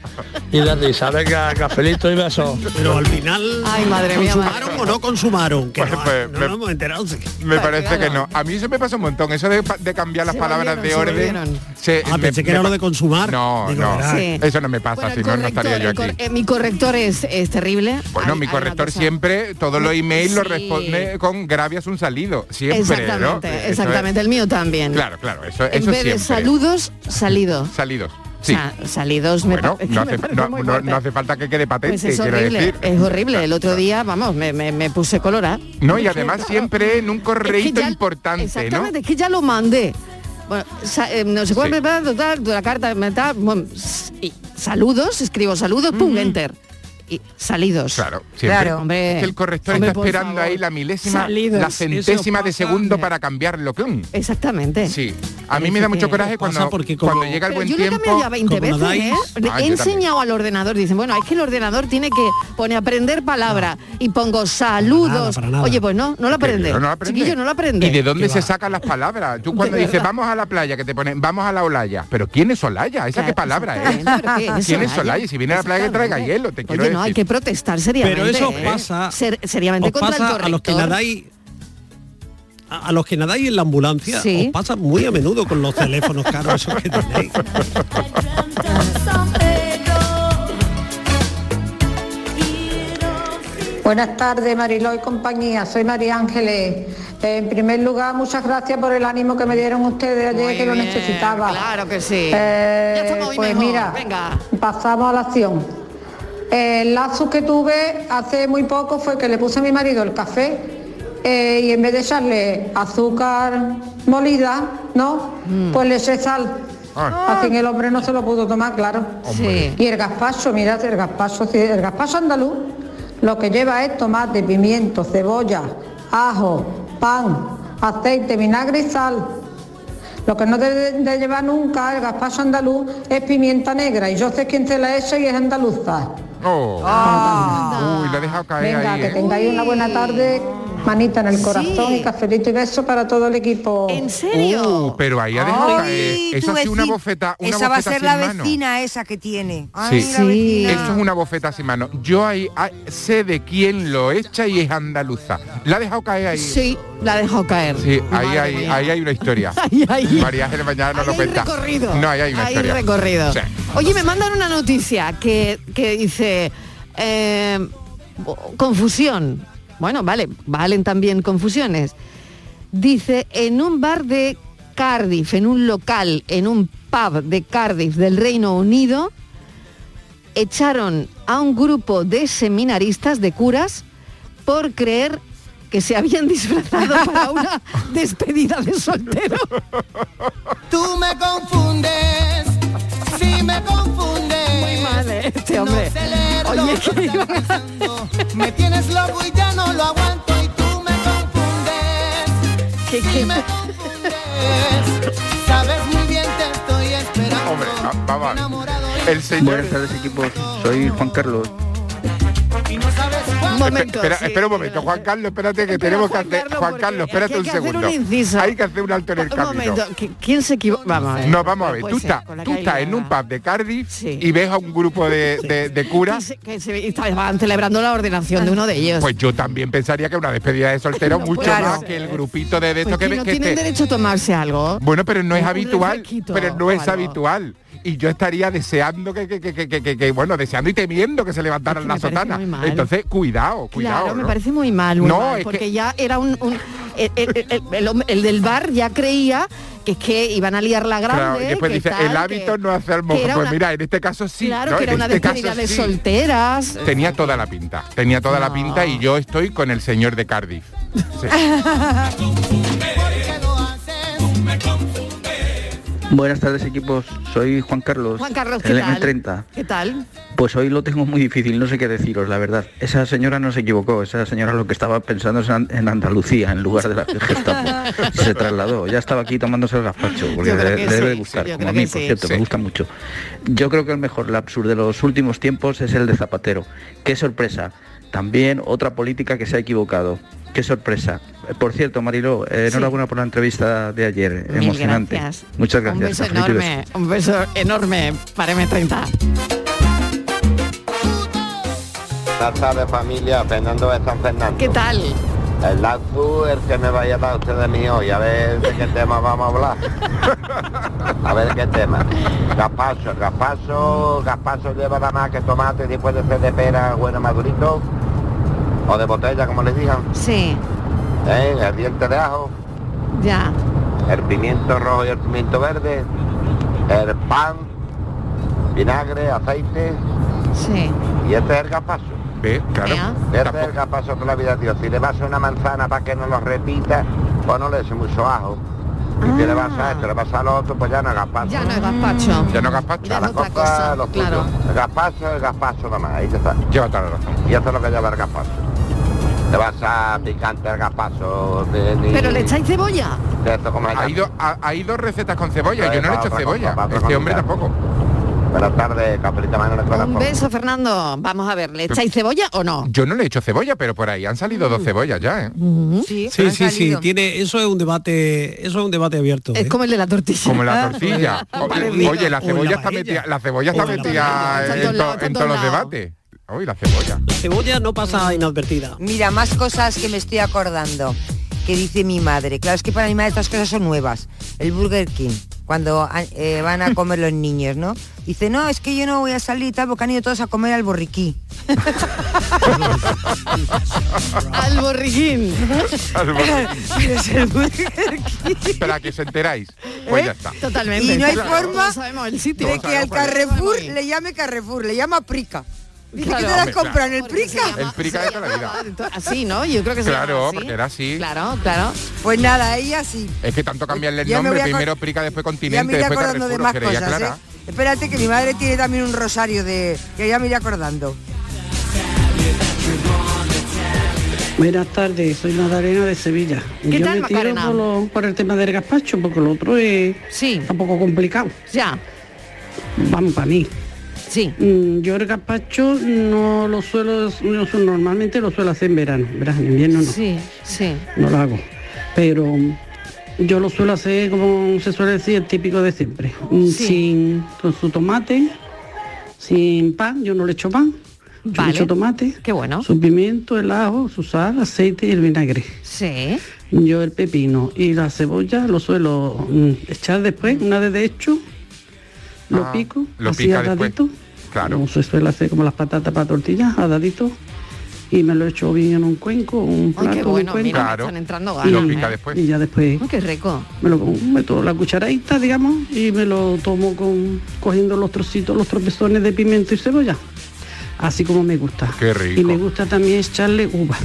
Speaker 17: Y de risa, venga, cafelito y besos.
Speaker 16: Pero al final
Speaker 13: Ay, madre mía, madre.
Speaker 16: consumaron o no consumaron. Que no,
Speaker 15: pues,
Speaker 16: no
Speaker 15: me-
Speaker 16: nos hemos enterado.
Speaker 15: Me parece que no. A mí se me pasa un montón. Eso de, pa- de cambiar las palabras de orden. se-
Speaker 16: Ah, pensé que era lo de consumar.
Speaker 15: No,
Speaker 16: Digo,
Speaker 15: no.
Speaker 16: ¿verdad?
Speaker 13: Sí.
Speaker 15: Eso no me pasa, si no, no estaría yo
Speaker 13: El
Speaker 15: aquí.
Speaker 13: cor- eh, mi corrector es, es terrible.
Speaker 15: Bueno, mi corrector siempre, todos los emails los responde con gravias un salido. Siempre, ¿no?
Speaker 13: exactamente,
Speaker 15: Eso es-
Speaker 13: exactamente. El mío también.
Speaker 15: Claro, claro, eso,
Speaker 13: en
Speaker 15: eso
Speaker 13: vez de
Speaker 15: siempre.
Speaker 13: saludos, salido.
Speaker 15: Salidos. Sí.
Speaker 13: O sea, salidos me
Speaker 15: Bueno,
Speaker 13: parece-
Speaker 15: no
Speaker 13: me
Speaker 15: hace,
Speaker 13: parece
Speaker 15: no-
Speaker 13: muy
Speaker 15: no-
Speaker 13: fuerte.
Speaker 15: no hace falta que quede patente,
Speaker 13: Pues es
Speaker 15: quiero
Speaker 13: horrible,
Speaker 15: decir.
Speaker 13: es horrible. El otro día, vamos, me, me- me puse ¿ah? colorada.
Speaker 15: No, y además siempre en un correíto
Speaker 13: ya-
Speaker 15: importante, ¿Eh, ¿no?
Speaker 13: Exactamente, es que ya lo mandé. Bueno, sa- eh, no sé cuál me va a dotar de la carta, me da- bueno, s- y saludos, escribo saludos, pum, enter. Y y- salidos.
Speaker 15: Claro, siempre.
Speaker 13: hombre.
Speaker 15: Es que el corrector
Speaker 13: Hombre,
Speaker 15: está
Speaker 13: por
Speaker 15: esperando
Speaker 13: favor.
Speaker 15: ahí la milésima,
Speaker 13: Salidos.
Speaker 15: la centésima
Speaker 13: Eso
Speaker 15: de segundo para cambiarlo. ¡clum!
Speaker 13: Exactamente.
Speaker 15: Sí. A mí me da mucho coraje cuando, cuando llega el
Speaker 13: Pero
Speaker 15: buen
Speaker 13: yo lo he
Speaker 15: tiempo.
Speaker 13: cambiado ya 20 veces, ¿eh? Le
Speaker 15: Ah,
Speaker 13: He
Speaker 15: yo también.
Speaker 13: enseñado al ordenador, dicen, bueno, es que el ordenador tiene que pone aprender palabra y pongo saludos.
Speaker 15: para nada.
Speaker 13: Oye, pues no, no lo aprende.
Speaker 15: Pero no aprende.
Speaker 13: Chiquillo, no lo aprende.
Speaker 15: ¿Y de dónde se
Speaker 13: saca?
Speaker 15: sacan las palabras? Tú cuando
Speaker 13: De
Speaker 15: dices
Speaker 13: verdad.
Speaker 15: vamos a la playa, que te ponen vamos a la Olaya. ¿Pero quién es Olaya? ¿Esa qué palabra es?
Speaker 13: exactamente, ¿pero qué es
Speaker 15: ¿Quién es
Speaker 13: Olaya?
Speaker 15: Olaya? Si viene a la playa que traiga hielo, te quiero
Speaker 13: Oye, no, Pues hay
Speaker 15: decir.
Speaker 13: que protestar seriamente.
Speaker 15: Pero eso
Speaker 13: ¿eh?
Speaker 16: pasa-
Speaker 13: Ser- seriamente
Speaker 16: os
Speaker 13: contra el
Speaker 16: pasa
Speaker 13: corrector.
Speaker 16: a los que nadáis a, a los que nadáis en la ambulancia
Speaker 13: Sí.
Speaker 16: os pasa muy a menudo con los teléfonos caros esos que tenéis.
Speaker 24: Buenas tardes, Mariló y compañía. Soy María Ángeles. Eh, En primer lugar, muchas gracias por el ánimo que me dieron ustedes ayer, que lo necesitaba.
Speaker 13: Claro que sí.
Speaker 24: Eh,
Speaker 13: Ya estamos hoy
Speaker 24: pues
Speaker 13: mejor.
Speaker 24: mira,
Speaker 13: Venga.
Speaker 24: pasamos a la acción. El lazo que tuve hace muy poco fue que le puse a mi marido el café eh, y en vez de echarle azúcar molida, ¿no?
Speaker 13: Mm.
Speaker 24: Pues le eché sal.
Speaker 15: Ah.
Speaker 24: Así que el hombre no se lo pudo tomar, claro.
Speaker 15: Hombre.
Speaker 24: Y el gazpacho, mirad, el gazpacho, sí, el gazpacho andaluz, lo que lleva es tomate, pimiento, cebolla, ajo, pan, aceite, vinagre y sal. Lo que no debe de llevar nunca el gazpacho andaluz es pimienta negra y yo sé quién se la echa y es andaluza. Ah.
Speaker 15: Oh. Uy, lo he dejado caer
Speaker 24: Venga,
Speaker 15: ahí.
Speaker 24: que
Speaker 15: ¿eh?
Speaker 24: tengáis una buena tarde, manita en el corazón y cafelito y beso para todo el equipo. ¿En
Speaker 15: Uh, pero ahí ha dejado
Speaker 24: Ay,
Speaker 15: caer. Eso
Speaker 24: tu
Speaker 15: ha sido una
Speaker 24: vecin-
Speaker 15: bofeta, Ah, una
Speaker 14: esa va a
Speaker 15: bofeta
Speaker 14: ser
Speaker 15: sin
Speaker 14: la
Speaker 15: mano.
Speaker 14: vecina esa que tiene.
Speaker 15: Sí.
Speaker 14: Ay, la
Speaker 15: sí.
Speaker 14: vecina.
Speaker 15: Esto es una bofeta sin mano. Yo ahí ah, sé de quién lo echa y es andaluza. La ha dejado caer ahí.
Speaker 13: Sí, la ha dejado caer.
Speaker 15: Sí, ahí hay, ahí hay una historia.
Speaker 13: Ahí hay-
Speaker 15: María Ángeles Mañana no
Speaker 13: ahí
Speaker 15: lo
Speaker 13: hay
Speaker 15: cuenta.
Speaker 13: recorrido.
Speaker 15: No, ahí hay una
Speaker 13: Ahí
Speaker 15: historia.
Speaker 13: recorrido.
Speaker 15: Sí.
Speaker 13: Oye, me mandan una noticia que, que dice eh, confusión. Bueno, vale, valen también confusiones. Dice, en un bar de Cardiff, en un local, en un pub de Cardiff del Reino Unido, echaron a un grupo de seminaristas, de curas, por creer que se habían disfrazado para una despedida de soltero.
Speaker 20: Tú me confundes, si me confundes. Muy mal,
Speaker 13: este hombre. Oye, que iba-
Speaker 20: Me tienes loco y ya no lo aguanto y tú me confundes.
Speaker 13: ¿Qué,
Speaker 20: Si me confundes, sabes muy bien te estoy esperando.
Speaker 15: Hombre, Ah, va- vamos a ver. El señor...
Speaker 25: Buenas tardes equipo, soy Juan Carlos.
Speaker 15: Espe- espera, espera un momento, Juan Carlos, espérate que tenemos que hacer. Juan Carlos,
Speaker 13: porque
Speaker 15: espérate un
Speaker 13: aquí hay que hacer
Speaker 15: segundo.
Speaker 13: un inciso.
Speaker 15: Hay que hacer un alto en el
Speaker 13: Un
Speaker 15: camino.
Speaker 13: momento, ¿qui- ¿quién se equivoca? Vamos a ver.
Speaker 15: No, vamos a
Speaker 13: No
Speaker 15: ver,
Speaker 13: puede
Speaker 15: tú
Speaker 13: ser,
Speaker 15: estás,
Speaker 13: con la
Speaker 15: tú
Speaker 13: que hay
Speaker 15: estás en
Speaker 13: nada.
Speaker 15: un pub de Cardiff
Speaker 13: Sí.
Speaker 15: y ves a un grupo de, de- de curas.
Speaker 13: Que se- y estaban celebrando la ordenación de uno de ellos.
Speaker 15: Pues yo también pensaría que una despedida de soltero mucho
Speaker 13: puede
Speaker 15: más
Speaker 13: ser.
Speaker 15: que el grupito de, de estos que,
Speaker 13: Pues, ¿y no
Speaker 15: que este
Speaker 13: tienen
Speaker 15: te-
Speaker 13: derecho a tomarse algo.
Speaker 15: Bueno, pero no es
Speaker 13: Un
Speaker 15: habitual,
Speaker 13: refresquito
Speaker 15: pero no
Speaker 13: o
Speaker 15: es
Speaker 13: algo.
Speaker 15: habitual. Y yo estaría deseando que, que, que, que, que- que- que, bueno, deseando y temiendo que se levantaran
Speaker 13: me
Speaker 15: la
Speaker 13: parece
Speaker 15: sotana.
Speaker 13: muy mal.
Speaker 15: Entonces, cuidado, cuidado.
Speaker 13: claro, me
Speaker 15: ¿no?
Speaker 13: parece muy mal, muy
Speaker 15: No,
Speaker 13: mal,
Speaker 15: es
Speaker 13: porque
Speaker 15: que-
Speaker 13: ya era un... un- el, el- el- el hom- el del bar ya creía que es que iban a liar la grande.
Speaker 15: Claro, y después
Speaker 13: que
Speaker 15: dice,
Speaker 13: tal,
Speaker 15: el hábito
Speaker 13: que-
Speaker 15: no hace al mojo.
Speaker 13: que era
Speaker 15: Pues
Speaker 13: una-
Speaker 15: mira, en este caso sí.
Speaker 13: Claro,
Speaker 15: ¿no?
Speaker 13: que era
Speaker 15: En
Speaker 13: una
Speaker 15: este
Speaker 13: despedida
Speaker 15: caso
Speaker 13: de
Speaker 15: sí.
Speaker 13: solteras.
Speaker 15: Tenía toda la pinta, tenía toda la pinta y yo estoy con el señor de Cardiff. Sí.
Speaker 25: Buenas tardes equipos, soy Juan Carlos.
Speaker 13: Juan Carlos, ¿qué
Speaker 25: el
Speaker 13: tal?
Speaker 25: M30.
Speaker 13: ¿Qué tal?
Speaker 25: Pues hoy lo tengo muy difícil, no sé qué deciros, la verdad. Esa señora no se equivocó, esa señora lo que estaba pensando es en en Andalucía, en lugar de la Gestapo. Se trasladó, ya estaba aquí tomándose el gazpacho, porque
Speaker 26: Yo creo
Speaker 25: le,
Speaker 26: que
Speaker 25: le
Speaker 26: sí,
Speaker 25: debe
Speaker 26: sí,
Speaker 25: gustar,
Speaker 26: yo
Speaker 25: como
Speaker 26: creo
Speaker 25: a mí,
Speaker 26: que
Speaker 25: por
Speaker 26: sí.
Speaker 25: cierto, me
Speaker 26: Sí.
Speaker 25: gusta mucho. Yo creo que el mejor lapsus de los últimos tiempos es el de Zapatero. Qué sorpresa. También otra política que se ha equivocado. Qué sorpresa. Eh, Por cierto, Mariló, eh,
Speaker 13: Sí.
Speaker 25: enhorabuena por la entrevista de ayer.
Speaker 13: Mil
Speaker 25: Emocionante.
Speaker 13: gracias.
Speaker 25: Muchas
Speaker 13: Un
Speaker 25: gracias.
Speaker 13: beso
Speaker 25: Cafelito y besos.
Speaker 13: enorme, un beso enorme para M30.
Speaker 22: Buenas tardes familia, Fernando de San Fernando.
Speaker 13: ¿Qué tal?
Speaker 22: El lazo el que me vaya a dar usted de mí hoy, a ver de qué tema vamos a hablar. A ver qué tema. Gaspacho, gaspacho, gaspacho lleva nada más que tomate y después de ser de pera, bueno, madurito. O de botella, como les digan.
Speaker 13: Sí,
Speaker 22: ¿eh? El diente de ajo,
Speaker 13: ya.
Speaker 22: el pimiento rojo y el pimiento verde, el pan, vinagre, aceite
Speaker 13: Sí.
Speaker 22: y este es el gaspacho.
Speaker 15: Ve, Claro.
Speaker 22: Es verga pasó toda la vida, tío. Si le vas a una manzana para que no lo repita, pues no le eche mucho ajo. ¿Y qué le vas a esto? ¿Le vas a lo otro? Pues ya no es gazpacho.
Speaker 13: Ah. Ya no es gazpacho.
Speaker 22: Mm. Ya no gazpacho. A la copa, los
Speaker 13: claro.
Speaker 22: tuyos. El gazpacho es gazpacho nomás, ahí te está. Lleva toda la razón. Y eso es lo que lleva el gazpacho. Le vas a picante el gazpacho de... ni-
Speaker 13: Pero le echáis cebolla.
Speaker 22: de esto como
Speaker 15: Ha ido, ha, ha ido recetas con cebolla, yo no le he hecho cebolla. Este hombre tampoco.
Speaker 22: Buenas tardes, Capelita Manuel
Speaker 13: Un beso, Fernando. Vamos a ver, ¿le echáis cebolla o no?
Speaker 15: Yo no le he hecho cebolla, pero por ahí han salido
Speaker 13: Mm.
Speaker 15: dos cebollas ya, ¿eh?
Speaker 13: Sí,
Speaker 16: Sí, sí, sí, tiene, eso es un debate, eso es un debate abierto. ¿eh?
Speaker 13: Es como el de la tortilla.
Speaker 15: Como la tortilla.
Speaker 13: Ah,
Speaker 15: O-
Speaker 13: parecido.
Speaker 15: Oye, la
Speaker 16: O en
Speaker 15: cebolla
Speaker 16: la
Speaker 15: está
Speaker 16: paella.
Speaker 15: metida, la cebolla está
Speaker 16: O en la
Speaker 15: metida
Speaker 16: paella. Está en
Speaker 15: en,
Speaker 16: todos
Speaker 15: to-
Speaker 16: lados,
Speaker 15: en
Speaker 16: está en
Speaker 15: todos los
Speaker 16: todos lados.
Speaker 15: debates. Hoy la cebolla.
Speaker 16: Cebolla no pasa inadvertida.
Speaker 14: Mira, más cosas que me estoy acordando, que dice mi madre. Claro, es que para mi madre estas cosas son nuevas. El Burger King, cuando a- eh, van a comer los niños, ¿no? Dice, no, es que yo no voy a salir y tal, porque han ido todos a comer al borriquí.
Speaker 13: al borriquín.
Speaker 15: Pero Espera, que os enteráis. Pues
Speaker 13: ¿Eh?
Speaker 15: ya está.
Speaker 14: Y no hay
Speaker 15: Claro.
Speaker 14: forma de
Speaker 15: No
Speaker 14: que al
Speaker 15: sabemos el sitio.
Speaker 14: Carrefour le llame Carrefour, le llama Prica. Dice
Speaker 13: Claro.
Speaker 14: que te las
Speaker 15: Hombre,
Speaker 14: compran el
Speaker 15: claro.
Speaker 14: Prica.
Speaker 15: El Prica de toda la vida.
Speaker 13: Así, ¿no? Yo creo que se
Speaker 15: Claro,
Speaker 13: llama
Speaker 15: porque era así.
Speaker 13: Claro, claro.
Speaker 14: Pues nada, ella sí.
Speaker 15: Es que tanto cambiarle el
Speaker 14: Ya me voy
Speaker 15: nombre,
Speaker 14: a
Speaker 15: primero
Speaker 14: acor-
Speaker 15: Prica, después
Speaker 14: Ya
Speaker 15: Continente,
Speaker 14: me iré
Speaker 15: después
Speaker 14: acordando de
Speaker 15: Carrefour, os
Speaker 14: más
Speaker 15: queréis
Speaker 14: cosas,
Speaker 15: aclarar.
Speaker 14: ¿eh? Espérate que mi madre tiene también un rosario de... que ya me iré acordando.
Speaker 26: Buenas tardes, soy Nazarena de Sevilla.
Speaker 13: ¿Qué
Speaker 26: Yo
Speaker 13: tal,
Speaker 26: me tiro
Speaker 13: Macarena?
Speaker 26: por, lo- por el tema del gazpacho, porque lo otro es un poco complicado.
Speaker 13: Ya.
Speaker 26: Vamos, para mí. Mm,
Speaker 13: Sí.
Speaker 26: Yo el gazpacho no lo suelo, no su- normalmente lo suelo hacer en verano, verás, en invierno no.
Speaker 13: Sí, sí.
Speaker 26: No lo hago. Pero yo lo suelo hacer, como se suele decir, el típico de siempre. Mm,
Speaker 13: Sí.
Speaker 26: Sin, con su tomate, sin pan, yo no le echo pan. Yo le
Speaker 13: Vale.
Speaker 26: echo tomate.
Speaker 13: Qué bueno.
Speaker 26: Su pimiento, el ajo, su sal, aceite y el vinagre.
Speaker 13: Sí.
Speaker 26: Yo el pepino y la cebolla lo suelo mm, echar después, una vez de hecho, lo
Speaker 15: Ah,
Speaker 26: pico,
Speaker 15: lo
Speaker 26: así
Speaker 15: pica
Speaker 26: a
Speaker 15: después.
Speaker 26: daditos.
Speaker 15: Claro.
Speaker 26: Como se suele hacer como las patatas para tortillas, a daditos. Y me lo echo bien en un cuenco, un
Speaker 13: Ay,
Speaker 26: plato,
Speaker 13: qué
Speaker 26: un
Speaker 13: bueno,
Speaker 26: cuenco.
Speaker 13: mira, me Claro. están entrando
Speaker 26: Y,
Speaker 13: ganas, Lo pica ¿eh?
Speaker 26: después. y ya después
Speaker 13: Ay, qué rico.
Speaker 26: me lo como, meto la cucharadita, digamos, y me lo tomo con cogiendo los trocitos, los tropezones de pimiento y cebolla. Así como me gusta.
Speaker 15: Qué rico.
Speaker 26: Y me gusta también echarle uva.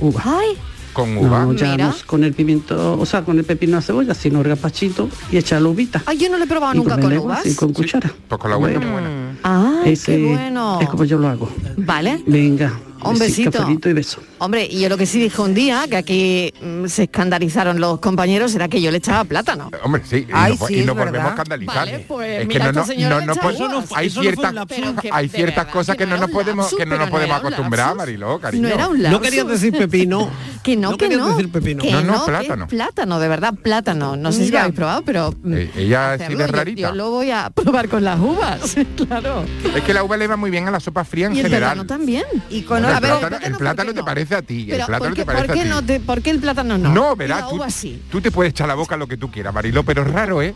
Speaker 26: Uva.
Speaker 13: ¿eh?
Speaker 15: Con uva.
Speaker 26: No, ya
Speaker 15: Mira.
Speaker 26: no es con el pimiento, o sea, con el pepino a cebolla, sino el gazpachito y echarle uvita.
Speaker 13: Ay, yo no lo he probado
Speaker 26: Y
Speaker 13: nunca con
Speaker 26: lengua,
Speaker 13: uvas.
Speaker 26: sí, con cuchara.
Speaker 15: Pues con la uva viene buena.
Speaker 13: Ah,
Speaker 26: Ese
Speaker 13: qué bueno.
Speaker 26: Es como yo lo hago.
Speaker 13: Vale.
Speaker 26: Venga.
Speaker 13: Un besito.
Speaker 26: cafelito y beso.
Speaker 13: Hombre, y yo lo que sí dije un día, que aquí mm, se escandalizaron los compañeros, era que yo le echaba plátano.
Speaker 15: Hombre, sí, y,
Speaker 13: Ay,
Speaker 15: nos,
Speaker 13: sí,
Speaker 15: y
Speaker 13: es
Speaker 15: nos volvemos a
Speaker 13: verdad.
Speaker 15: escandalizar. ¿eh?
Speaker 13: Vale, pues
Speaker 15: es que
Speaker 13: mira,
Speaker 15: no,
Speaker 13: esta
Speaker 15: no,
Speaker 13: señora
Speaker 15: no,
Speaker 13: le
Speaker 15: no
Speaker 13: echa
Speaker 15: pues-
Speaker 13: uva. Eso no fue-
Speaker 15: hay
Speaker 13: eso no fue
Speaker 15: ciertas,
Speaker 13: un lapsus. Pero que-
Speaker 15: hay
Speaker 13: de
Speaker 15: ciertas
Speaker 13: verdad,
Speaker 15: cosas
Speaker 13: que
Speaker 15: que
Speaker 13: no
Speaker 15: no
Speaker 13: era
Speaker 15: nos
Speaker 13: un
Speaker 15: podemos,
Speaker 13: lapsus,
Speaker 15: que no
Speaker 13: pero
Speaker 15: nos
Speaker 13: no
Speaker 15: podemos
Speaker 13: era un
Speaker 15: acostumbrar,
Speaker 13: lapsus.
Speaker 15: Mariló, cariño.
Speaker 13: No era un lapsus.
Speaker 16: No querías decir pepino.
Speaker 13: Que no,
Speaker 16: No
Speaker 13: que
Speaker 16: querías
Speaker 13: no.
Speaker 16: decir pepino.
Speaker 13: Que
Speaker 16: No, no,
Speaker 13: que es
Speaker 16: plátano.
Speaker 13: plátano, de verdad, plátano. No sé si lo
Speaker 16: Mira.
Speaker 13: habéis probado, pero mm,
Speaker 15: Eh, ella sí
Speaker 13: hacerlo,
Speaker 15: de
Speaker 13: yo-
Speaker 15: rarita.
Speaker 13: Yo, lo voy a probar con las uvas, claro.
Speaker 15: Es que la uva le va muy bien a la sopa fría en
Speaker 13: Y el plátano
Speaker 15: general.
Speaker 13: también. Y
Speaker 15: Bueno, el plátano, el plátano te parece a ti, el
Speaker 13: Pero
Speaker 15: plátano
Speaker 13: ¿por qué,
Speaker 15: te parece
Speaker 13: por
Speaker 15: a
Speaker 13: qué
Speaker 15: ti.
Speaker 13: no te, ¿por qué el plátano no?
Speaker 15: No,
Speaker 13: Y
Speaker 15: verás,
Speaker 13: La
Speaker 15: tú-
Speaker 13: uva sí.
Speaker 15: Tú te puedes echar la boca lo que tú quieras, Mariló, pero es raro, ¿eh?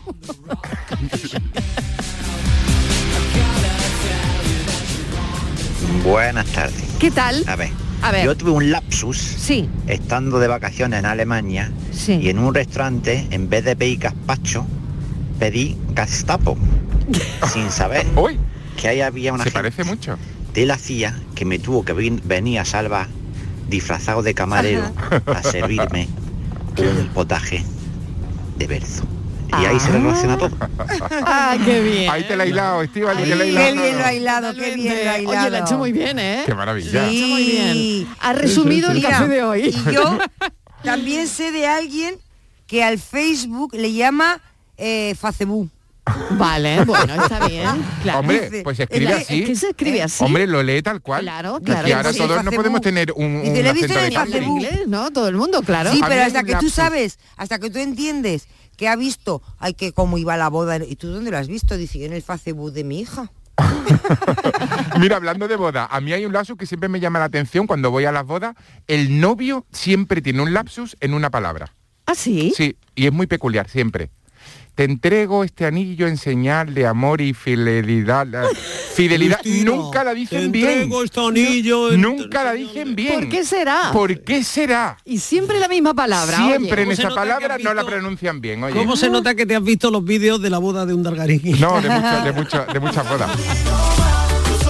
Speaker 27: Buenas tardes.
Speaker 13: ¿Qué tal?
Speaker 27: A ver.
Speaker 13: A ver.
Speaker 27: Yo tuve un lapsus
Speaker 13: Sí.
Speaker 27: estando de vacaciones en Alemania
Speaker 13: Sí.
Speaker 27: y en un restaurante, en vez de pedir gazpacho, pedí Gestapo, sin saber que ahí había una
Speaker 15: Se
Speaker 27: gente
Speaker 15: parece mucho.
Speaker 27: de la CIA que me tuvo que vin- venir a salvar disfrazado de camarero a servirme un potaje de berzo. Y ahí se relaciona todo.
Speaker 13: Ah, qué bien.
Speaker 15: Ahí te la he hilado, Estíbal,
Speaker 27: Ay,
Speaker 15: que la he
Speaker 27: qué
Speaker 15: hilado.
Speaker 27: bien lo ha
Speaker 14: hilado, qué bien lo ha hilado.
Speaker 13: Oye, la ha hecho muy bien, ¿eh?
Speaker 15: Qué maravilla.
Speaker 13: Sí. Muy bien. Ha resumido el
Speaker 14: Mira,
Speaker 13: café de hoy.
Speaker 14: Y yo también sé de alguien que al Facebook le llama eh, Facebook.
Speaker 13: Vale, bueno, está bien. Claro.
Speaker 15: Hombre, pues se escribe
Speaker 13: Es que-
Speaker 15: así.
Speaker 13: Es que se escribe así.
Speaker 15: Hombre, lo lee tal cual.
Speaker 13: Claro,
Speaker 15: Aquí
Speaker 13: claro.
Speaker 15: ahora
Speaker 13: Sí,
Speaker 15: todos no
Speaker 13: Facebook.
Speaker 15: podemos tener un, un
Speaker 13: Y
Speaker 15: acento
Speaker 13: televisión
Speaker 15: de
Speaker 13: en
Speaker 15: Cali.
Speaker 13: inglés, ¿no? Todo el mundo, claro.
Speaker 14: Sí,
Speaker 15: A
Speaker 14: pero
Speaker 15: mí
Speaker 14: hasta
Speaker 15: un
Speaker 14: que tú
Speaker 15: lapsus.
Speaker 14: sabes, hasta que tú entiendes que ha visto, ay, que cómo iba la boda. ¿Y tú dónde lo has visto? Dice, yo en el Facebook de mi hija.
Speaker 15: Mira, hablando de boda, a mí hay un lapsus que siempre me llama la atención cuando voy a las bodas. El novio siempre tiene un lapsus en una palabra.
Speaker 13: ¿Ah, sí?
Speaker 15: Sí, y es muy peculiar, siempre. Te entrego este anillo en señal de amor y fidelidad. La- Fidelidad
Speaker 16: Cristina,
Speaker 15: nunca la dicen
Speaker 16: te
Speaker 15: bien.
Speaker 16: entrego este anillo en-
Speaker 15: Nunca la dicen bien.
Speaker 13: ¿Por qué será?
Speaker 15: ¿Por qué será?
Speaker 13: Y siempre la misma palabra.
Speaker 15: Siempre
Speaker 13: oye.
Speaker 15: en esa palabra no la pronuncian bien, oye.
Speaker 16: ¿Cómo
Speaker 13: Ah.
Speaker 16: se nota que te has visto los vídeos de la boda de un dargarín?
Speaker 15: No, de, mucho- de, mucho- de muchas bodas.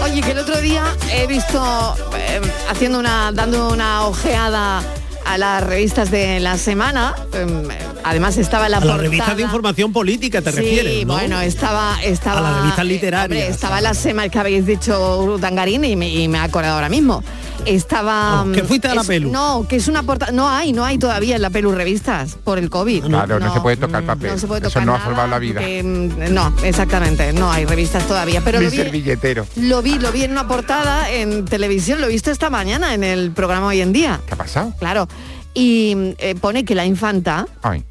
Speaker 13: Oye, que el otro día he visto eh, haciendo una, dando una ojeada a las revistas de la semana. Em, Además estaba la
Speaker 16: a la
Speaker 13: portada.
Speaker 16: revista de información política te
Speaker 13: sí,
Speaker 16: refieres, ¿no?
Speaker 13: bueno, estaba, estaba
Speaker 16: A las revistas
Speaker 13: eh,
Speaker 16: literarias.
Speaker 13: hombre, estaba la semana que habéis dicho Urutangarín y me, y me he acordado ahora mismo. Estaba mm,
Speaker 16: Oh, que fuiste a la
Speaker 13: es-
Speaker 16: Pelu.
Speaker 13: No, que es una portada, no hay, no hay todavía en la Pelu revistas por el COVID.
Speaker 15: Claro, no, se puede tocar papel.
Speaker 13: no se puede
Speaker 15: Eso
Speaker 13: tocar
Speaker 15: no ha
Speaker 13: nada,
Speaker 15: salvado la vida.
Speaker 13: porque, mm, no, exactamente, no hay revistas todavía, pero
Speaker 15: Ni
Speaker 13: lo vi,
Speaker 15: servilletero.
Speaker 13: lo vi, lo vi en una portada en televisión, lo he visto esta mañana en el programa Hoy en Día.
Speaker 15: ¿Qué ha pasado?
Speaker 13: Claro. Y mm, eh, pone que la infanta
Speaker 15: Ay.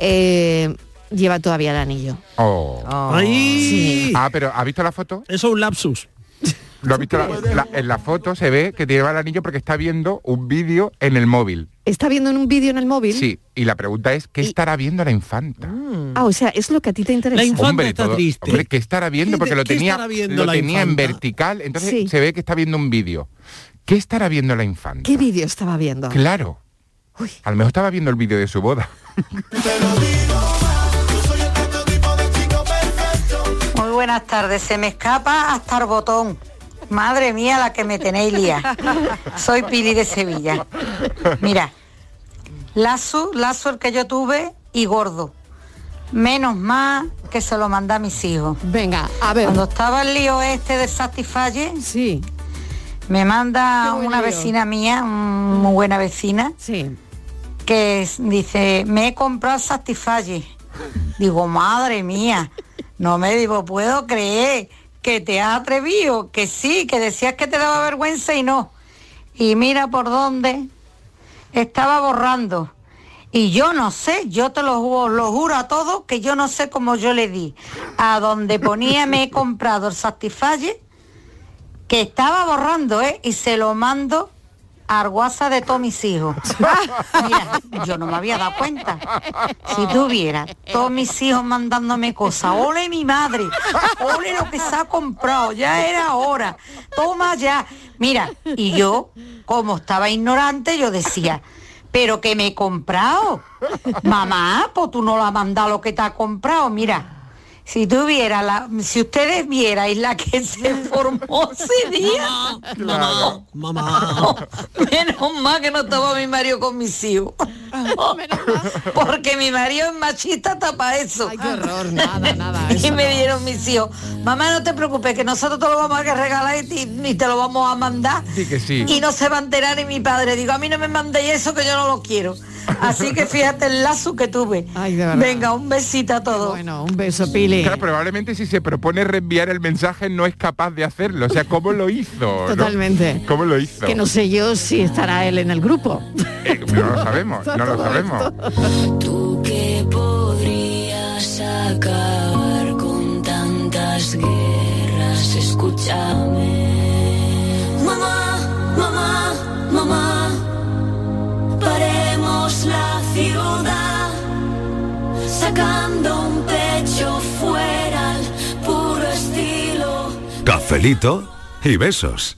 Speaker 13: eh, lleva todavía el anillo.
Speaker 15: Oh. Ah, pero ¿ha visto la foto?
Speaker 16: Eso es un lapsus.
Speaker 15: Lo ha visto la- la- en la foto se ve que lleva el anillo porque está viendo un vídeo en el móvil.
Speaker 13: ¿Está viendo en un vídeo en el móvil?
Speaker 15: Sí, y la pregunta es, ¿qué estará viendo la infanta?
Speaker 13: Ah, o sea, es lo que a ti te interesa.
Speaker 15: Hombre, todo- Hombre, ¿qué estará viendo? Porque lo
Speaker 13: qué
Speaker 15: tenía,
Speaker 13: estará viendo
Speaker 15: lo
Speaker 13: la
Speaker 15: tenía en
Speaker 13: infanta?
Speaker 15: vertical, entonces
Speaker 13: Sí.
Speaker 15: se ve que está viendo un vídeo. ¿Qué estará viendo la infanta?
Speaker 13: ¿Qué vídeo estaba viendo?
Speaker 15: Claro. A lo mejor estaba viendo el vídeo de su boda.
Speaker 23: Muy buenas tardes. Se me escapa hasta el botón. Madre mía, la que me tenéis lía. Soy Pili de Sevilla. Mira, lazo, lazo el que yo tuve y gordo. Menos más que se lo mandé a mis hijos.
Speaker 13: Venga, a ver.
Speaker 23: Cuando estaba el lío este del Satisfyer, sí. me manda
Speaker 28: Qué buen
Speaker 23: una
Speaker 28: lío.
Speaker 23: vecina mía, un- muy buena vecina,
Speaker 13: sí.
Speaker 23: que es- dice, me he comprado el Satisfyer. Digo, madre mía, no me digo, puedo creer que te has atrevido, que sí, que decías que te daba vergüenza y no. Y mira por dónde estaba borrando. Y yo no sé, yo te lo juro, lo juro a todos que yo no sé cómo yo le di. A donde ponía me he comprado el Satisfyer, que estaba borrando, ¿eh? Y se lo mando al WhatsApp de todos mis hijos. Mira, yo no me había dado cuenta. Si tuviera todos mis hijos mandándome cosas, ole mi madre, ole lo que se ha comprado, ya era hora, toma ya. Mira, y yo, como estaba ignorante, yo decía, pero que me he comprado. Mamá, pues tú no la has mandado lo que te ha comprado, mira. Si tuviera la, si ustedes vierais la que se formó ese día.
Speaker 16: Mamá,
Speaker 23: Menos mal que no estaba mi marido con mis hijos. Ah, Porque mi marido es machista hasta para eso. Ay, qué horror, nada, nada. y me dieron mis hijos. Mamá, no te preocupes, que nosotros te lo vamos a regalar y, ti- y te lo vamos a mandar.
Speaker 15: Sí que sí.
Speaker 23: Y no se va a enterar ni mi padre. Digo, a mí no me mandéis eso que yo no lo quiero. Así que fíjate el lazo que tuve. Venga, un besito a todos.
Speaker 13: Bueno, un beso, Pili.
Speaker 15: Claro, probablemente si se propone reenviar el mensaje no es capaz de hacerlo. O sea, ¿cómo lo hizo? no?
Speaker 13: Totalmente.
Speaker 15: ¿Cómo lo hizo?
Speaker 13: Que no sé yo si estará él en el grupo.
Speaker 15: Eh, no lo sabemos, no lo sabemos.
Speaker 28: que podrías acabar con tantas guerras. Escúchame. Mamá, mamá, mamá, paremos la ciudad, sacando un pecho fuera al puro estilo.
Speaker 10: Cafelito y besos.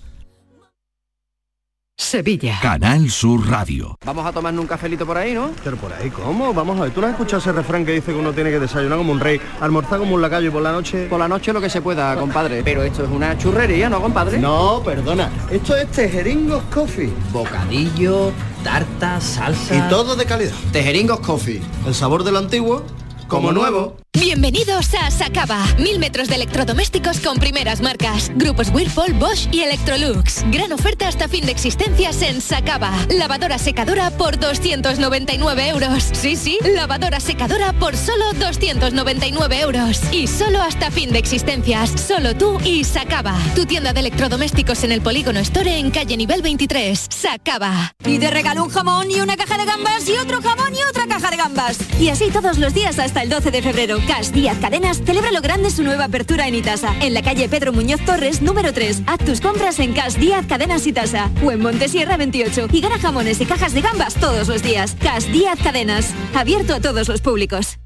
Speaker 29: Sevilla.
Speaker 10: Canal Sur Radio.
Speaker 29: Vamos a tomarnos un cafelito por ahí, ¿no?
Speaker 30: Pero por ahí, ¿cómo? Vamos a ver, ¿tú no has escuchado ese refrán que dice que uno tiene que desayunar como un rey, almorzar como un lacayo y por la noche...
Speaker 29: Por la noche lo que se pueda, compadre. Pero esto es una churrería, ¿no, compadre?
Speaker 30: No, perdona, esto es Tejeringos Coffee. Bocadillo, tarta, salsa... Y todo de calidad. Tejeringos Coffee, el sabor de lo antiguo como nuevo.
Speaker 31: Bienvenidos a Sacaba. Mil metros de electrodomésticos con primeras marcas. Grupos Whirlpool, Bosch y Electrolux. Gran oferta hasta fin de existencias en Sacaba. Lavadora secadora por 299 euros. Sí, sí, lavadora secadora por solo 299 euros. Y solo hasta fin de existencias. Solo tú y Sacaba. Tu tienda de electrodomésticos en el Polígono Store en calle nivel 23. Sacaba.
Speaker 32: Y te regalo un jamón y una caja de gambas y otro jamón y otra caja de gambas. Y así todos los días hasta el 12 de febrero. Cas Díaz Cadenas celebra lo grande su nueva apertura en Itasa. En la calle Pedro Muñoz Torres, número 3. Haz tus compras en Cas Díaz Cadenas Itasa. O en Montesierra 28. Y gana jamones y cajas de gambas todos los días. Cas Díaz Cadenas. Abierto a todos los públicos.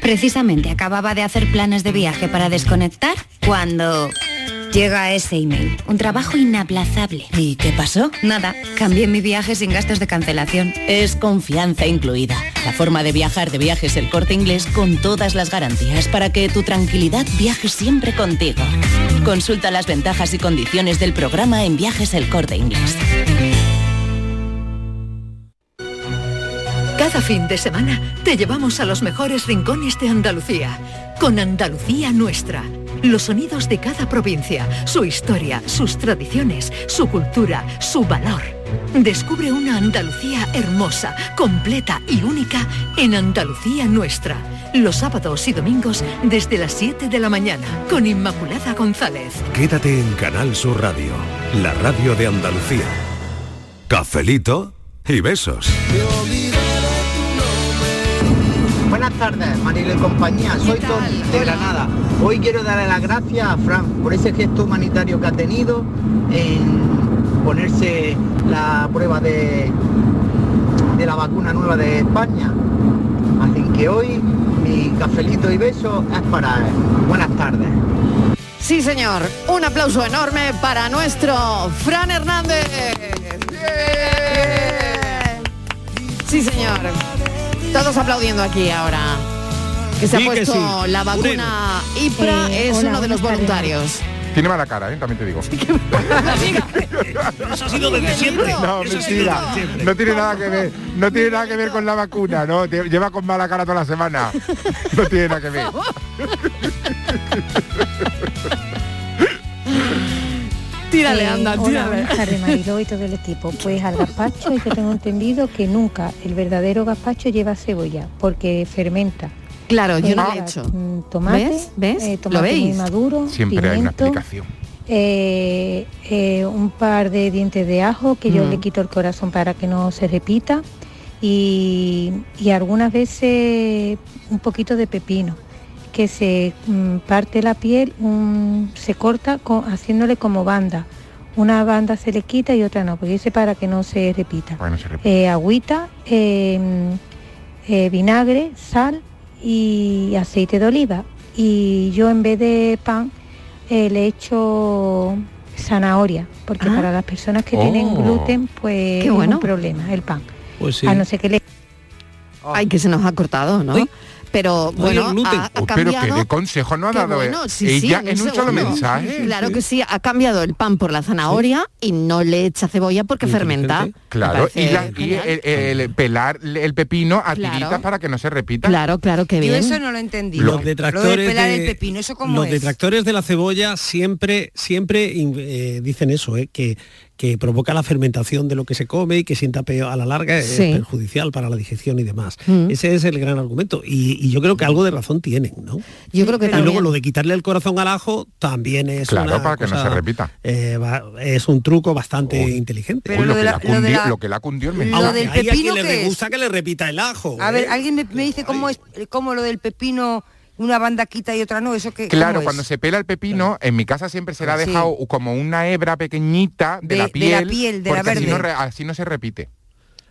Speaker 33: Precisamente acababa de hacer planes de viaje para desconectar cuando llega ese email. Un trabajo inaplazable. ¿Y qué pasó? Nada. Cambié mi viaje sin gastos de cancelación.
Speaker 34: Es confianza incluida. La forma de viajar de viajes el corte inglés con todas las garantías para que tu tranquilidad viaje siempre contigo. Consulta las ventajas y condiciones del programa en viajes el corte inglés.
Speaker 1: Cada fin de semana te llevamos a los mejores rincones de Andalucía, con Andalucía Nuestra. Los sonidos de cada provincia, su historia, sus tradiciones, su cultura, su valor. Descubre una Andalucía hermosa, completa y única en Andalucía Nuestra. Los sábados y domingos desde las 7 de la mañana con Inmaculada González.
Speaker 19: Quédate en Canal Sur Radio, la radio de Andalucía. Cafelito y besos.
Speaker 35: Buenas tardes, Marilo y compañía. Soy Tony de Granada. Hoy quiero darle las gracias a Fran por ese gesto humanitario que ha tenido en ponerse la prueba de, de la vacuna nueva de España. Así que hoy mi cafelito y beso es para él. Buenas tardes.
Speaker 13: Sí, señor. Un aplauso enorme para nuestro Fran Hernández. Sí, señor. Todos aplaudiendo aquí ahora. Que se
Speaker 15: Di
Speaker 13: ha
Speaker 15: que
Speaker 13: puesto
Speaker 15: sí.
Speaker 13: la vacuna IPRA,
Speaker 15: Eh,
Speaker 13: es
Speaker 15: hola,
Speaker 13: uno de los
Speaker 15: buenas
Speaker 13: voluntarios.
Speaker 15: Tiene mala cara, ¿eh? también te digo.
Speaker 16: Eso ha sido desde siempre.
Speaker 15: No,
Speaker 16: Eso ha sido
Speaker 15: mentira.
Speaker 16: desde siempre.
Speaker 15: No tiene nada que ver. No tiene nada que ver con la vacuna, ¿no? Te- Lleva con mala cara toda la semana. No tiene nada que ver.
Speaker 13: Tírale,
Speaker 36: Eh,
Speaker 13: anda,
Speaker 36: hola,
Speaker 13: tírale.
Speaker 36: Buenas tardes, Mariló y todo el equipo. Pues al gazpacho, yo tengo entendido que nunca el verdadero gazpacho lleva cebolla, porque fermenta.
Speaker 13: Claro, yo no
Speaker 36: Lleva,
Speaker 13: lo he hecho.
Speaker 36: mm, Tomate,
Speaker 13: ¿Ves? ¿Ves?
Speaker 36: eh,
Speaker 13: ¿Lo
Speaker 36: tomate muy
Speaker 13: veis?
Speaker 36: maduro,
Speaker 15: Siempre hay una
Speaker 36: pimiento,
Speaker 15: explicación.
Speaker 36: eh, eh, un par de dientes de ajo que yo
Speaker 13: Mm.
Speaker 36: le quito el corazón para que no se repita y, y algunas veces un poquito de pepino que se mm, parte la piel, un- se corta co- haciéndole como banda. Una banda se le quita y otra no, porque dice para que no se repita. Eh, agüita, eh, eh, vinagre, sal y aceite de oliva. Y yo en vez de pan eh, le echo zanahoria, porque para las personas que tienen
Speaker 13: Oh.
Speaker 36: gluten, pues
Speaker 13: Ah. Qué bueno.
Speaker 36: es un problema el pan.
Speaker 13: Pues sí.
Speaker 36: A no ser que le...
Speaker 13: Ay, que se nos ha cortado, ¿no? Pero bueno,
Speaker 15: Ah. Oye, gluten.
Speaker 13: ha, ha
Speaker 15: Oh,
Speaker 13: cambiado.
Speaker 15: Pero que de consejo no ha
Speaker 13: Qué
Speaker 15: dado.
Speaker 13: bueno,
Speaker 15: eh.
Speaker 13: sí, sí,
Speaker 15: Ella
Speaker 13: un
Speaker 15: en un solo
Speaker 13: segundo.
Speaker 15: mensaje.
Speaker 13: Claro que sí, ha cambiado el pan por la zanahoria y no le echa cebolla porque fermenta.
Speaker 15: Claro,
Speaker 13: Me
Speaker 15: y, la-
Speaker 13: parece
Speaker 15: y
Speaker 13: genial.
Speaker 15: el, el- el pelar el pepino a
Speaker 13: Claro.
Speaker 15: tiritas para que no se repita.
Speaker 13: Claro, claro, que
Speaker 14: Yo
Speaker 13: bien.
Speaker 14: eso no lo he entendido.
Speaker 16: Los detractores
Speaker 14: Lo de pelar
Speaker 16: de-
Speaker 14: el pepino, ¿eso cómo
Speaker 16: Los
Speaker 14: es?
Speaker 16: detractores de la cebolla siempre, siempre in- eh, dicen eso, eh, que, que provoca la fermentación de lo que se come y que sienta peor a la larga, es
Speaker 12: Sí.
Speaker 16: perjudicial para la digestión y demás.
Speaker 12: Mm.
Speaker 16: Ese es el gran argumento. Y, y yo creo que algo de razón tienen, ¿no?
Speaker 13: Yo creo que
Speaker 16: y
Speaker 13: también.
Speaker 16: luego lo de quitarle el corazón al ajo también es
Speaker 15: Claro,
Speaker 16: una
Speaker 15: para que no
Speaker 16: cosa,
Speaker 15: se repita.
Speaker 16: eh, va- es un truco bastante inteligente.
Speaker 15: Uy, lo, que la cundi- lo que la cundió el mensaje.
Speaker 16: Aunque
Speaker 14: del
Speaker 16: hay a
Speaker 14: pepino,
Speaker 16: quien
Speaker 14: ¿qué
Speaker 16: le
Speaker 14: es?
Speaker 16: gusta que le repita el ajo.
Speaker 14: A
Speaker 16: ¿eh?
Speaker 14: ver, alguien me, me dice cómo es cómo lo del pepino, una banda quita y otra no, eso que
Speaker 15: Claro, cuando se pela el pepino, en mi casa siempre se le ha
Speaker 14: Sí.
Speaker 15: dejado como una hebra pequeñita de,
Speaker 14: De-
Speaker 15: la
Speaker 14: de la
Speaker 15: piel.
Speaker 14: piel, de la
Speaker 15: porque así
Speaker 14: verde. Ah.
Speaker 15: no, re- así no se repite.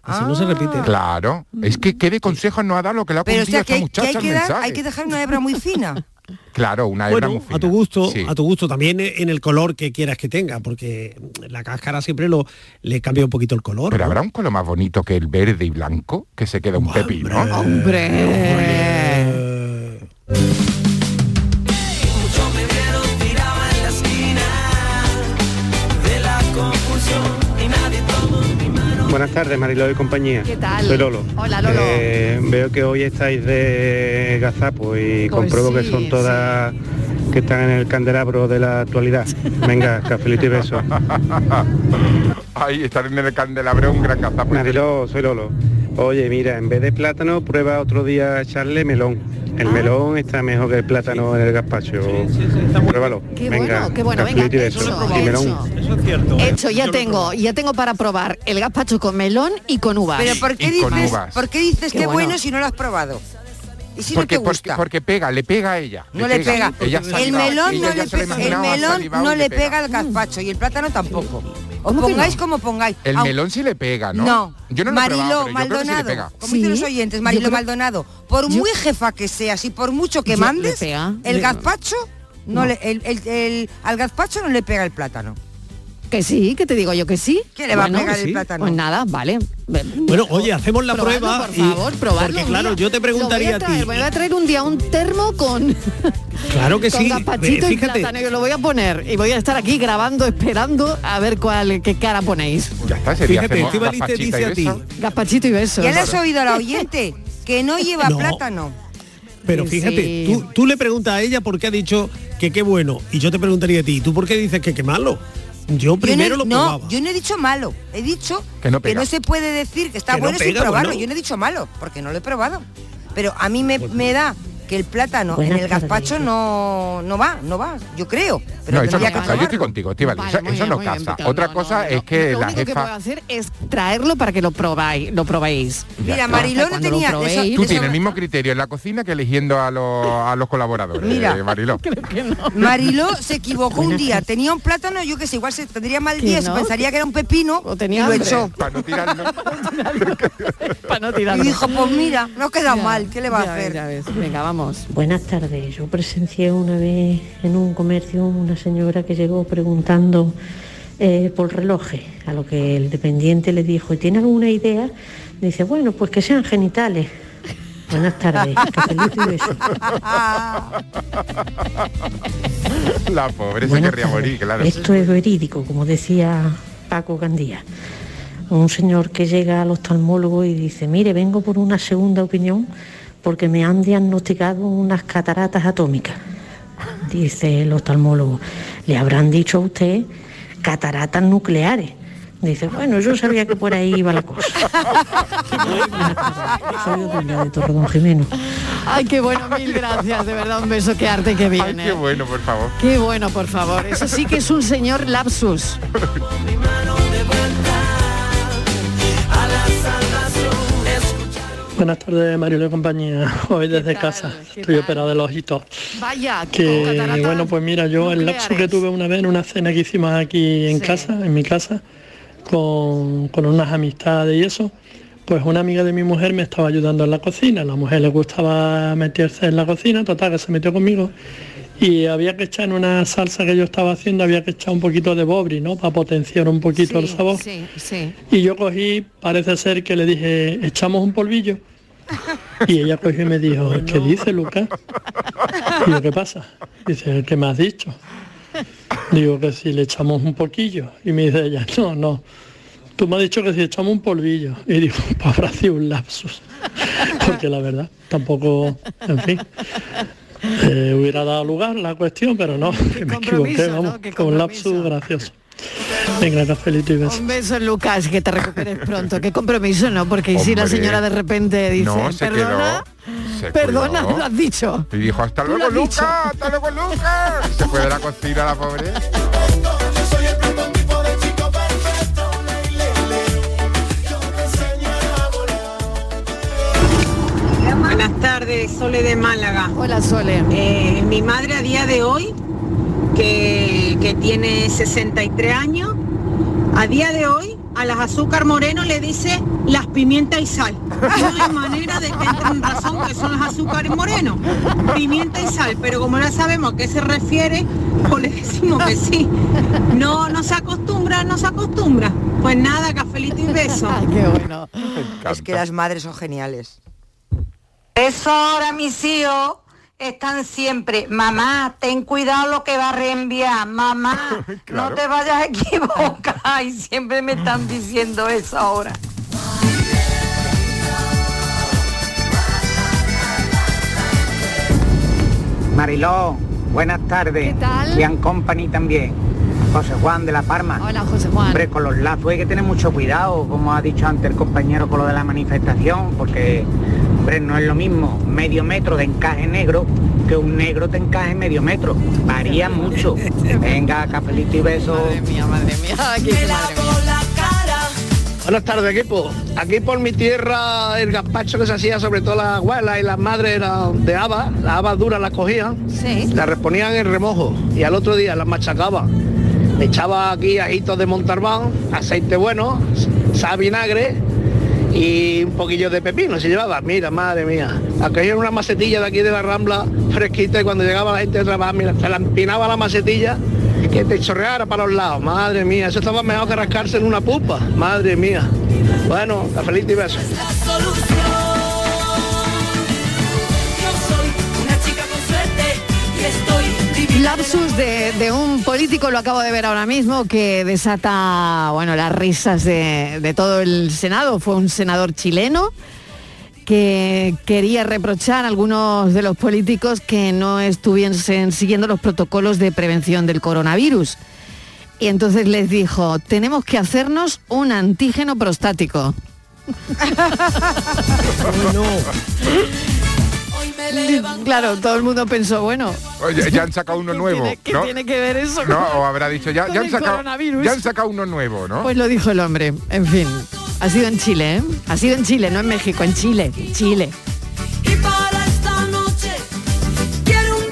Speaker 16: Así no se repite.
Speaker 15: Claro. Es que qué de consejos no ha dado lo que le ha
Speaker 14: Mm. Pero
Speaker 15: cundido
Speaker 14: o sea que
Speaker 15: esta
Speaker 14: hay que,
Speaker 15: muchacha
Speaker 14: hay
Speaker 15: el
Speaker 14: que, dar-
Speaker 15: mensaje.
Speaker 14: hay que dejar una hebra muy fina.
Speaker 15: Claro, una hebra
Speaker 16: Bueno,
Speaker 15: muy
Speaker 16: a tu gusto, a tu gusto también en el color que quieras que tenga, porque la cáscara siempre lo le cambia un poquito el color.
Speaker 15: Pero
Speaker 16: ¿no?
Speaker 15: habrá un color más bonito que el verde y blanco, que se queda un pepino.
Speaker 28: Mucho primero tiraba en la esquina de la confusión y nadie tomó mi mano.
Speaker 2: Buenas tardes, Mariló y compañía.
Speaker 28: ¿Qué tal?
Speaker 2: Soy Lolo.
Speaker 28: Hola, Lolo.
Speaker 2: Eh, veo que hoy estáis de gazapo y
Speaker 13: Pues
Speaker 2: compruebo
Speaker 28: sí,
Speaker 2: que son todas que están en el candelabro de la actualidad. Venga, cafelito y beso.
Speaker 15: Ahí estar en el candelabro un gran cazapo.
Speaker 2: Mariló, soy Lolo. Oye, mira, en vez de plátano, prueba otro día a echarle melón. El
Speaker 13: Ah.
Speaker 2: melón está mejor que el plátano en el gazpacho. Pruébalo.
Speaker 13: Qué
Speaker 2: venga,
Speaker 13: bueno, qué bueno, venga,
Speaker 2: cafelito y
Speaker 13: hecho,
Speaker 2: beso.
Speaker 13: hecho.
Speaker 2: Y melón.
Speaker 13: Hecho, ya tengo, ya tengo para probar el gazpacho con melón y con uvas.
Speaker 14: Pero ¿por qué dices, ¿por qué dices
Speaker 13: Qué
Speaker 14: que
Speaker 13: bueno.
Speaker 14: bueno si no lo has probado? Y si
Speaker 15: porque,
Speaker 14: no te
Speaker 15: porque-
Speaker 14: gusta.
Speaker 15: porque pega, le pega a ella.
Speaker 14: no le pega.
Speaker 15: Ella
Speaker 14: el
Speaker 15: saliva,
Speaker 14: melón
Speaker 15: ella
Speaker 14: no
Speaker 15: ya
Speaker 14: le,
Speaker 15: se lo
Speaker 14: pe- el
Speaker 15: imaginaba,
Speaker 14: melón
Speaker 15: salivado
Speaker 14: no
Speaker 15: y
Speaker 14: le pega al gazpacho y el plátano tampoco. Os
Speaker 15: que no?
Speaker 14: pongáis como pongáis.
Speaker 15: El
Speaker 14: Au-
Speaker 15: melón sí le pega, Ah, ¿no?
Speaker 14: No,
Speaker 15: Yo no lo he
Speaker 14: Mariló
Speaker 15: probado, pero yo creo que sí le
Speaker 14: Maldonado,
Speaker 15: pega.
Speaker 14: como dicen los oyentes, Mariló
Speaker 15: Yo creo-
Speaker 14: Maldonado, por muy jefa que seas y por mucho que
Speaker 13: Yo-
Speaker 14: mandes,
Speaker 13: le pega,
Speaker 14: el
Speaker 13: le-
Speaker 14: gazpacho no,
Speaker 13: No.
Speaker 14: le- el- el- el- al gazpacho no le pega el plátano.
Speaker 13: Que sí, que te digo yo que sí.
Speaker 14: ¿Quién le va a pegar el
Speaker 13: plátano? Pues nada, vale.
Speaker 16: Bueno, oye, hacemos la
Speaker 13: Probadlo,
Speaker 16: prueba.
Speaker 13: por
Speaker 16: y-
Speaker 13: favor, probadlo.
Speaker 16: Porque claro,
Speaker 13: mira.
Speaker 16: yo te
Speaker 13: Lo voy
Speaker 16: preguntaría
Speaker 13: a
Speaker 16: a ti.
Speaker 13: traer, voy a traer un día un termo con
Speaker 16: Claro que
Speaker 13: con
Speaker 16: sí.
Speaker 13: gazpachito
Speaker 16: eh,
Speaker 13: y
Speaker 16: Fíjate,
Speaker 13: plátano, yo lo voy a poner y voy a estar aquí grabando, esperando a ver cuál qué cara ponéis.
Speaker 15: Ya está, ese día
Speaker 16: fíjate,
Speaker 15: hacemos
Speaker 16: Estíbaliz te
Speaker 15: gazpachita y
Speaker 16: dice a ti,
Speaker 15: beso.
Speaker 13: Gazpachito y besos.
Speaker 14: Ya le has oído a la oyente que no lleva
Speaker 16: No.
Speaker 14: plátano.
Speaker 16: pero fíjate, tú, tú le preguntas a ella por qué ha dicho que qué bueno y yo te preguntaría a ti, ¿tú por qué dices que qué malo? Yo primero
Speaker 14: yo no,
Speaker 16: lo
Speaker 14: no,
Speaker 16: probaba.
Speaker 14: yo no he dicho malo. He dicho
Speaker 16: Que no pega.
Speaker 14: se puede decir que está
Speaker 16: Que no
Speaker 14: bueno sin
Speaker 16: pega,
Speaker 14: probarlo.
Speaker 16: bueno.
Speaker 14: Yo no he dicho malo, porque no lo he probado. Pero a mí me, me da que el plátano en
Speaker 15: Buenas
Speaker 14: el
Speaker 15: tardes.
Speaker 14: gazpacho no, no va, no va, yo creo. Pero
Speaker 15: No, eso no
Speaker 14: tendría que
Speaker 15: casa. Yo estoy
Speaker 14: probarlo.
Speaker 15: contigo, Estivali.
Speaker 13: Vale,
Speaker 15: eso
Speaker 13: muy
Speaker 15: eso
Speaker 13: bien,
Speaker 15: no
Speaker 13: muy bien,
Speaker 15: casa.
Speaker 13: Peter,
Speaker 15: Otra cosa Ah, es que
Speaker 13: Lo
Speaker 15: la
Speaker 13: único que puedo
Speaker 15: jefa...
Speaker 13: hacer es traerlo para que lo probáis, lo probéis.
Speaker 15: Ya está.
Speaker 13: Cuando lo probéis-
Speaker 15: Tú tienes el mismo criterio en la cocina que eligiendo a los, a los colaboradores,
Speaker 14: Mira.
Speaker 15: eh, Mariló.
Speaker 14: Mariló se equivocó un día, tenía un plátano, yo que sé, igual se tendría mal día, se
Speaker 13: no?
Speaker 14: pensaría que era un pepino
Speaker 13: tenía
Speaker 14: y lo
Speaker 13: hambre.
Speaker 14: echó.
Speaker 15: Para no tirarlo.
Speaker 13: Para no tirarlo.
Speaker 14: Y dijo, pues mira, no ha quedado
Speaker 13: Ya,
Speaker 14: mal, ¿qué le va
Speaker 13: ya
Speaker 14: a
Speaker 13: ves,
Speaker 14: hacer?
Speaker 13: ya ves. Venga, vamos.
Speaker 37: Buenas tardes. Yo presencié una vez en un comercio una señora que llegó preguntando eh, por relojes, a lo que el dependiente le dijo, ¿tiene alguna idea? Dice, bueno, pues que sean genitales. Buenas tardes. Cafelito y besos.
Speaker 15: La pobre se
Speaker 37: Buenas
Speaker 15: querría morir, claro.
Speaker 37: Esto es verídico, como decía Paco Gandía. Un señor que llega al oftalmólogo y dice, mire, vengo por una segunda opinión porque me han diagnosticado unas cataratas atómicas. Dice el oftalmólogo, le habrán dicho a usted cataratas nucleares. Dice, bueno, yo sabía que por ahí iba la cosa. Soy Odelia de Torredón Jimeno.
Speaker 13: Ay, qué bueno, mil gracias, de verdad, un beso, qué arte que
Speaker 15: Ay,
Speaker 13: viene.
Speaker 15: qué bueno, por favor.
Speaker 13: Qué bueno, por favor. Eso sí que es un señor lapsus.
Speaker 38: Buenas tardes, Marilo y compañía. Hoy desde casa. Estoy operado del ojito.
Speaker 13: Vaya, con
Speaker 38: Que
Speaker 13: cataratas.
Speaker 38: bueno, pues mira, yo el lapso que tuve una vez en una cena que hicimos aquí en casa, en mi casa, con, con unas amistades y eso, pues una amiga de mi mujer me estaba ayudando en la cocina. A la mujer le gustaba meterse en la cocina, total, que se metió conmigo. Y había que echar en una salsa que yo estaba haciendo, había que echar un poquito de bobri, ¿no? Para potenciar un poquito el sabor.
Speaker 13: Sí, sí.
Speaker 38: Y yo cogí, parece ser que le dije, echamos un polvillo. Y ella cogió y me dijo, ¿qué dice Lucas? Y yo, ¿qué pasa? Dice, ¿qué me has dicho? Digo que si le echamos un poquillo. Y me dice ella, no, no. Tú me has dicho que si echamos un polvillo. Y digo, pues habrá sido un lapsus. Porque la verdad, tampoco, en fin. eh, hubiera dado lugar la cuestión, pero no, que me equivoqué,
Speaker 13: compromiso, ¿no?
Speaker 38: vamos,
Speaker 13: Qué
Speaker 38: con un lapsus gracioso. Venga, cafelito y besos.
Speaker 13: Un beso, Lucas, que te recuperes pronto. Qué compromiso, ¿no? Porque si la
Speaker 15: Hombre.
Speaker 13: señora de repente dice,
Speaker 15: No, se
Speaker 13: perdona,
Speaker 15: quedó. se
Speaker 13: perdona,
Speaker 15: cuidó.
Speaker 13: lo has dicho.
Speaker 15: Y dijo, hasta luego,
Speaker 13: lo has dicho.
Speaker 15: Luca. Hasta luego, Luca. Se fue de la cocina, la pobre.
Speaker 23: Buenas tardes, Sole de Málaga. Eh,
Speaker 13: Hola, Sole.
Speaker 23: mi madre a día de hoy, que, que tiene 63 años, a día de hoy a las azúcar moreno le dice las pimienta y sal. No hay manera de que entre en razón que son las azúcares moreno. Pimienta y sal, pero como no sabemos a qué se refiere, pues le decimos que sí. No, no se acostumbra, no se acostumbra. Pues nada, cafelito y beso.
Speaker 13: Qué bueno.
Speaker 14: Es que las madres son geniales.
Speaker 39: Eso ahora mis hijos están siempre, mamá, ten cuidado lo que va a reenviar, mamá, no te vayas a equivocar. Y siempre me están diciendo eso ahora.
Speaker 40: Mariló, buenas tardes. ¿Qué
Speaker 13: tal?
Speaker 40: Lean Company también. José Juan de La Palma.
Speaker 13: Hola, José Juan.
Speaker 40: Hombre, con los lazos hay que tener mucho cuidado, como ha dicho antes el compañero con lo de la manifestación, porque, hombre, no es lo mismo medio metro de encaje negro que un negro te encaje medio metro. Varía mucho. Venga, cafelito y beso. Madre
Speaker 13: mía, madre mía.
Speaker 35: Buenas tardes equipo. Aquí por mi tierra el gazpacho que se hacía sobre todo las abuelas y las madres era de habas, las habas duras las cogían, las reponían en remojo y al otro día las machacaba. Le echaba aquí ajitos de Montalbán, aceite bueno, sal, vinagre y un poquillo de pepino se llevaba. Mira, madre mía. La cogían en una macetilla de aquí de la Rambla fresquita y cuando llegaba la gente de trabajar, mira, se la empinaba la macetilla que te chorreara para los lados. Madre mía, eso estaba mejor que rascarse en una pupa. Madre mía. Bueno, a feliz y besos.
Speaker 13: Lapsus de, de un político, lo acabo de ver ahora mismo, que desata bueno, las risas de, de todo el Senado. Fue un senador chileno que quería reprochar a algunos de los políticos que no estuviesen siguiendo los protocolos de prevención del coronavirus. Y entonces les dijo, tenemos que hacernos un antígeno prostático. Claro, todo el mundo pensó, bueno,
Speaker 15: Oye, ya han sacado uno nuevo.
Speaker 13: ¿qué
Speaker 15: ¿no?
Speaker 13: tiene que ver eso?
Speaker 15: No,
Speaker 13: con-
Speaker 15: o habrá dicho, ya,
Speaker 13: con
Speaker 15: ya han
Speaker 13: el
Speaker 15: sacado,
Speaker 13: coronavirus?
Speaker 15: ya han sacado uno nuevo, ¿no?
Speaker 13: Pues lo dijo el hombre, en fin. Ha sido en Chile, ¿eh? Ha sido en Chile, no en México, en Chile, Chile.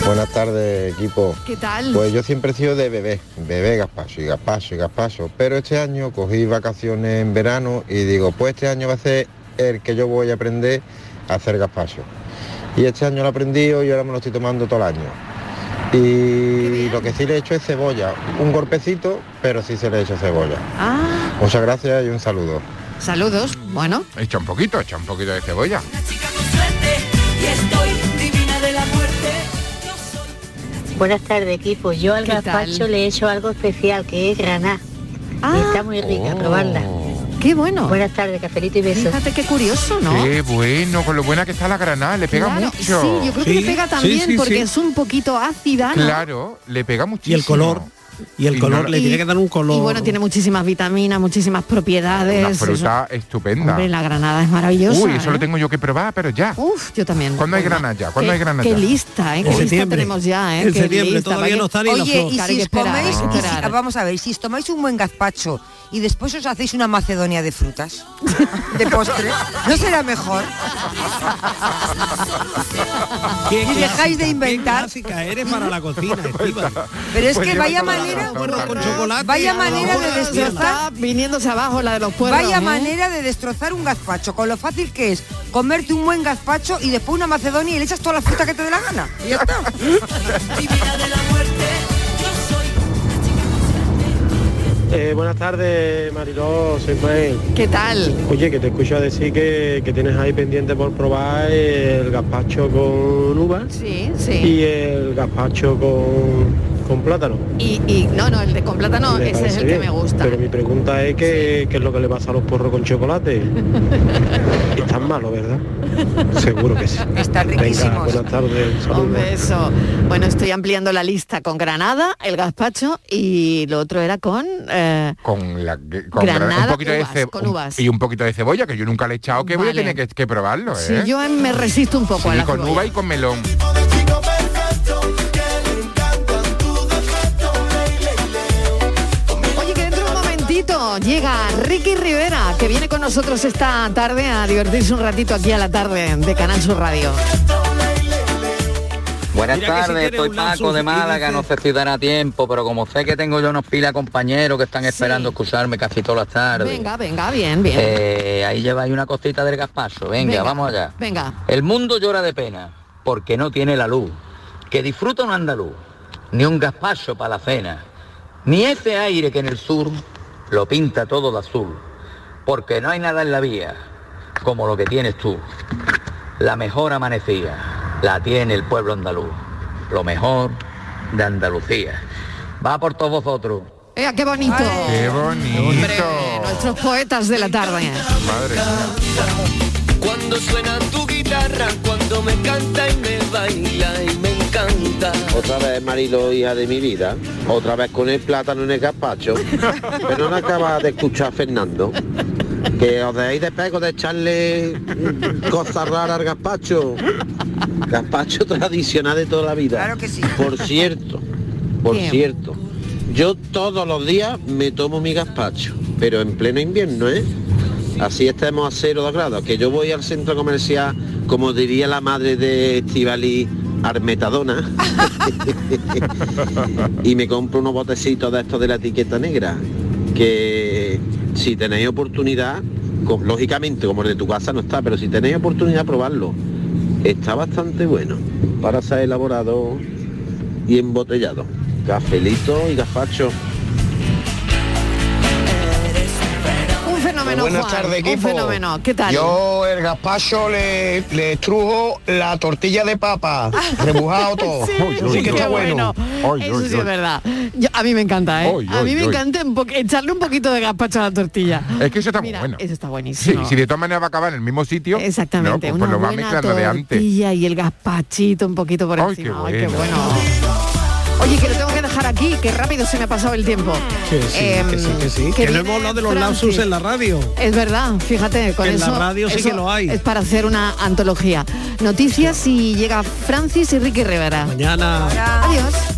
Speaker 41: Buenas tardes, equipo.
Speaker 13: ¿Qué tal?
Speaker 41: Pues yo siempre he sido de bebé, bebé Gaspacho y Gaspacho y Gaspacho, pero este año cogí vacaciones en verano y digo, pues este año va a ser el que yo voy a aprender a hacer Gaspacho. Y este año lo aprendí y ahora me lo estoy tomando todo el año. Y lo que sí le he hecho es cebolla, un golpecito, pero sí se le he hecho cebolla.
Speaker 13: Ah,
Speaker 41: Muchas gracias y un saludo.
Speaker 13: saludos, bueno.
Speaker 15: Echa un poquito, echa un poquito de cebolla.
Speaker 2: Y estoy divina de la muerte.
Speaker 37: Buenas tardes, equipo. Yo al
Speaker 13: ¿Qué tal? Ah.
Speaker 37: gazpacho le he hecho algo especial, que es graná. Y está muy rica, probarla.
Speaker 13: Oh. Qué bueno.
Speaker 37: Buenas tardes, cafelito y besos.
Speaker 13: Fíjate qué curioso, ¿no?
Speaker 15: Qué bueno, con lo buena que está la granada, le pega
Speaker 13: Claro, sí,
Speaker 15: mucho.
Speaker 13: yo creo que le pega también porque es un poquito ácida, ¿no?
Speaker 15: Claro, le pega muchísimo.
Speaker 16: Y el color, y el color,
Speaker 15: no-
Speaker 16: le tiene que dar un color.
Speaker 13: Y bueno, tiene muchísimas vitaminas, muchísimas propiedades.
Speaker 15: Una fruta
Speaker 13: eso.
Speaker 15: estupenda.
Speaker 13: Hombre, la granada es maravillosa.
Speaker 15: Uy, eso
Speaker 13: ¿eh?
Speaker 15: lo tengo yo que probar, pero ya.
Speaker 13: Uf, yo también.
Speaker 15: ¿Cuándo hay
Speaker 13: Bueno,
Speaker 15: granada ya? ¿Cuándo
Speaker 13: qué-
Speaker 15: hay granada
Speaker 13: Qué
Speaker 15: ya?
Speaker 13: lista, ¿eh? Qué
Speaker 15: En
Speaker 13: lista
Speaker 15: septiembre.
Speaker 13: tenemos ya, ¿eh?
Speaker 15: En
Speaker 13: Qué
Speaker 15: septiembre,
Speaker 13: lista,
Speaker 15: todavía
Speaker 13: vaya-
Speaker 15: no está ni la
Speaker 14: Oye,
Speaker 15: flor.
Speaker 14: y
Speaker 13: Claro, hay
Speaker 14: si
Speaker 13: que
Speaker 14: os
Speaker 13: esperar,
Speaker 14: coméis,
Speaker 13: hay que
Speaker 14: y si-
Speaker 13: esperar.
Speaker 14: vamos a ver, si os tomáis un buen gazpacho y después os hacéis una macedonia de frutas, de postre, ¿no será mejor?
Speaker 16: Qué
Speaker 14: y dejáis de inventar.
Speaker 16: Eres para la cocina, Estíbaliz.
Speaker 14: Pero es que
Speaker 16: Pues
Speaker 14: vaya
Speaker 16: lleva toda la
Speaker 14: manera,
Speaker 16: razón, con chocolate,
Speaker 14: vaya
Speaker 16: a la
Speaker 14: manera
Speaker 16: hora
Speaker 14: de
Speaker 16: la
Speaker 14: destrozar,
Speaker 13: viniéndose abajo la de los pueblos.
Speaker 14: vaya
Speaker 13: ¿eh?
Speaker 14: manera de destrozar un gazpacho, con lo fácil que es comerte un buen gazpacho y después una macedonia y le echas toda la fruta que te dé la gana. Y ya está.
Speaker 42: Eh, buenas tardes, Mariló, soy Ismael.
Speaker 13: ¿Qué tal?
Speaker 42: Oye, que te escucho decir que, que tienes ahí pendiente por probar el gazpacho con uvas
Speaker 13: Sí,
Speaker 42: y eh,
Speaker 13: sí.
Speaker 42: el gazpacho con, con plátano.
Speaker 13: Y, y- no, no, el de con plátano,
Speaker 42: Me
Speaker 13: ese es
Speaker 42: parece
Speaker 13: el
Speaker 42: bien,
Speaker 13: que me gusta.
Speaker 42: Pero mi pregunta es que, qué es lo que le pasa a los porros con chocolate. Están malos, ¿verdad? Seguro que sí.
Speaker 13: Están
Speaker 42: Venga,
Speaker 13: riquísimos.
Speaker 42: buenas tardes. saludos.
Speaker 13: Un beso. Bueno, estoy ampliando la lista con Granada, el gazpacho y lo otro era con... eh,
Speaker 15: Con la con
Speaker 13: Granada,
Speaker 15: gran- un poquito
Speaker 13: uvas,
Speaker 15: de ce-
Speaker 13: con
Speaker 15: un-
Speaker 13: uvas.
Speaker 15: y un poquito de cebolla que yo nunca le he echado, que voy a
Speaker 13: Vale.
Speaker 15: tener que, que probarlo,
Speaker 13: sí,
Speaker 15: ¿eh?
Speaker 13: yo em, me resisto un poco a
Speaker 15: Sí,
Speaker 13: la
Speaker 15: con
Speaker 13: cebolla.
Speaker 15: uva y con melón.
Speaker 13: Oye, que dentro de un momentito llega Ricky Rivera, que viene con nosotros esta tarde a divertirse un ratito aquí a la tarde de Canal Sur Radio.
Speaker 29: Buenas
Speaker 13: Mira que si
Speaker 29: tardes,
Speaker 13: quieres
Speaker 29: soy
Speaker 13: un
Speaker 29: Paco
Speaker 13: Lansus
Speaker 29: de
Speaker 13: y
Speaker 29: Málaga,
Speaker 13: dices-
Speaker 29: no sé si dará tiempo, pero como sé que tengo yo unos pilas compañeros que están esperando escucharme casi todas las tardes.
Speaker 13: Venga, venga, bien, bien.
Speaker 29: Eh, ahí lleváis una cosita del gaspacho, venga,
Speaker 13: Venga.
Speaker 29: vamos allá.
Speaker 13: Venga.
Speaker 29: El mundo llora de pena porque no tiene la luz. Que disfruta un andaluz, ni un gazpacho para la cena, ni ese aire que en el sur lo pinta todo de azul. Porque no hay nada en la vía como lo que tienes tú. La mejor amanecía la tiene el pueblo andaluz. Lo mejor de Andalucía. Va por todos vosotros.
Speaker 13: ¡Ea, qué bonito!
Speaker 29: ¡Qué
Speaker 13: Eh, Nuestros poetas de la tarde.
Speaker 29: Madre
Speaker 2: Cuando suena tu guitarra, cuando me canta y me baila y me encanta.
Speaker 30: Otra vez Marilo, hija de mi vida. Otra vez con el plátano en el gazpacho. Pero no acaba de escuchar a Fernando. Que os deis de pego de echarle mm, cosas raras al gazpacho. Gazpacho tradicional de toda la vida. Claro que sí. Por cierto, por
Speaker 10: ¿Qué?
Speaker 30: cierto. Yo todos los días me tomo mi gazpacho, pero en pleno invierno, ¿eh? Así estemos a cero grados, que yo voy al centro comercial, como diría la madre de Estivali, Armetadona, y me compro unos botecitos de estos de la etiqueta negra, que si tenéis oportunidad, co- lógicamente como el de tu casa no está, pero si tenéis oportunidad probarlo, está bastante bueno para ser elaborado y embotellado. Cafelito y gazpacho.
Speaker 13: Un fenómeno,
Speaker 35: Buenas
Speaker 13: Juan,
Speaker 35: tardes, equipo.
Speaker 13: Un fenómeno. ¿Qué tal?
Speaker 35: Yo el gazpacho le, le estrujo la tortilla de papa, rebujado todo.
Speaker 13: Ah. Sí,
Speaker 35: Así que
Speaker 13: qué
Speaker 35: está bueno. Ay,
Speaker 13: Eso
Speaker 35: ay,
Speaker 13: sí
Speaker 35: ay.
Speaker 13: es verdad. Yo- a mí me encanta, ¿eh?
Speaker 15: Oy,
Speaker 13: a mí
Speaker 15: oy,
Speaker 13: me
Speaker 15: oy.
Speaker 13: encanta un po- echarle un poquito de gazpacho a la tortilla.
Speaker 15: Es que eso está
Speaker 13: Mira,
Speaker 15: muy bueno.
Speaker 13: Eso está
Speaker 15: Sí,
Speaker 13: buenísimo.
Speaker 15: si de todas maneras va a acabar en el mismo sitio,
Speaker 13: Exactamente,
Speaker 15: no, pues,
Speaker 13: una
Speaker 15: pues lo va
Speaker 13: buena
Speaker 15: mezclando de antes.
Speaker 13: tortilla y el gazpachito un poquito por
Speaker 15: Ay, qué
Speaker 13: encima.
Speaker 15: bueno.
Speaker 13: Ay, qué bueno. Oye, que lo tengo que dejar aquí, que rápido se me ha pasado el tiempo.
Speaker 16: Que sí,
Speaker 13: Em,
Speaker 16: que sí, que sí. Que no
Speaker 13: viene
Speaker 16: hemos hablado de los
Speaker 13: Francis.
Speaker 16: lapsus en la radio.
Speaker 13: Es verdad, fíjate, con
Speaker 16: En la
Speaker 13: eso,
Speaker 16: radio sí
Speaker 13: eso
Speaker 16: que lo hay.
Speaker 13: Es para hacer una antología. Noticias y llega Francis y Ricky Rivera.
Speaker 16: Mañana.
Speaker 13: Adiós.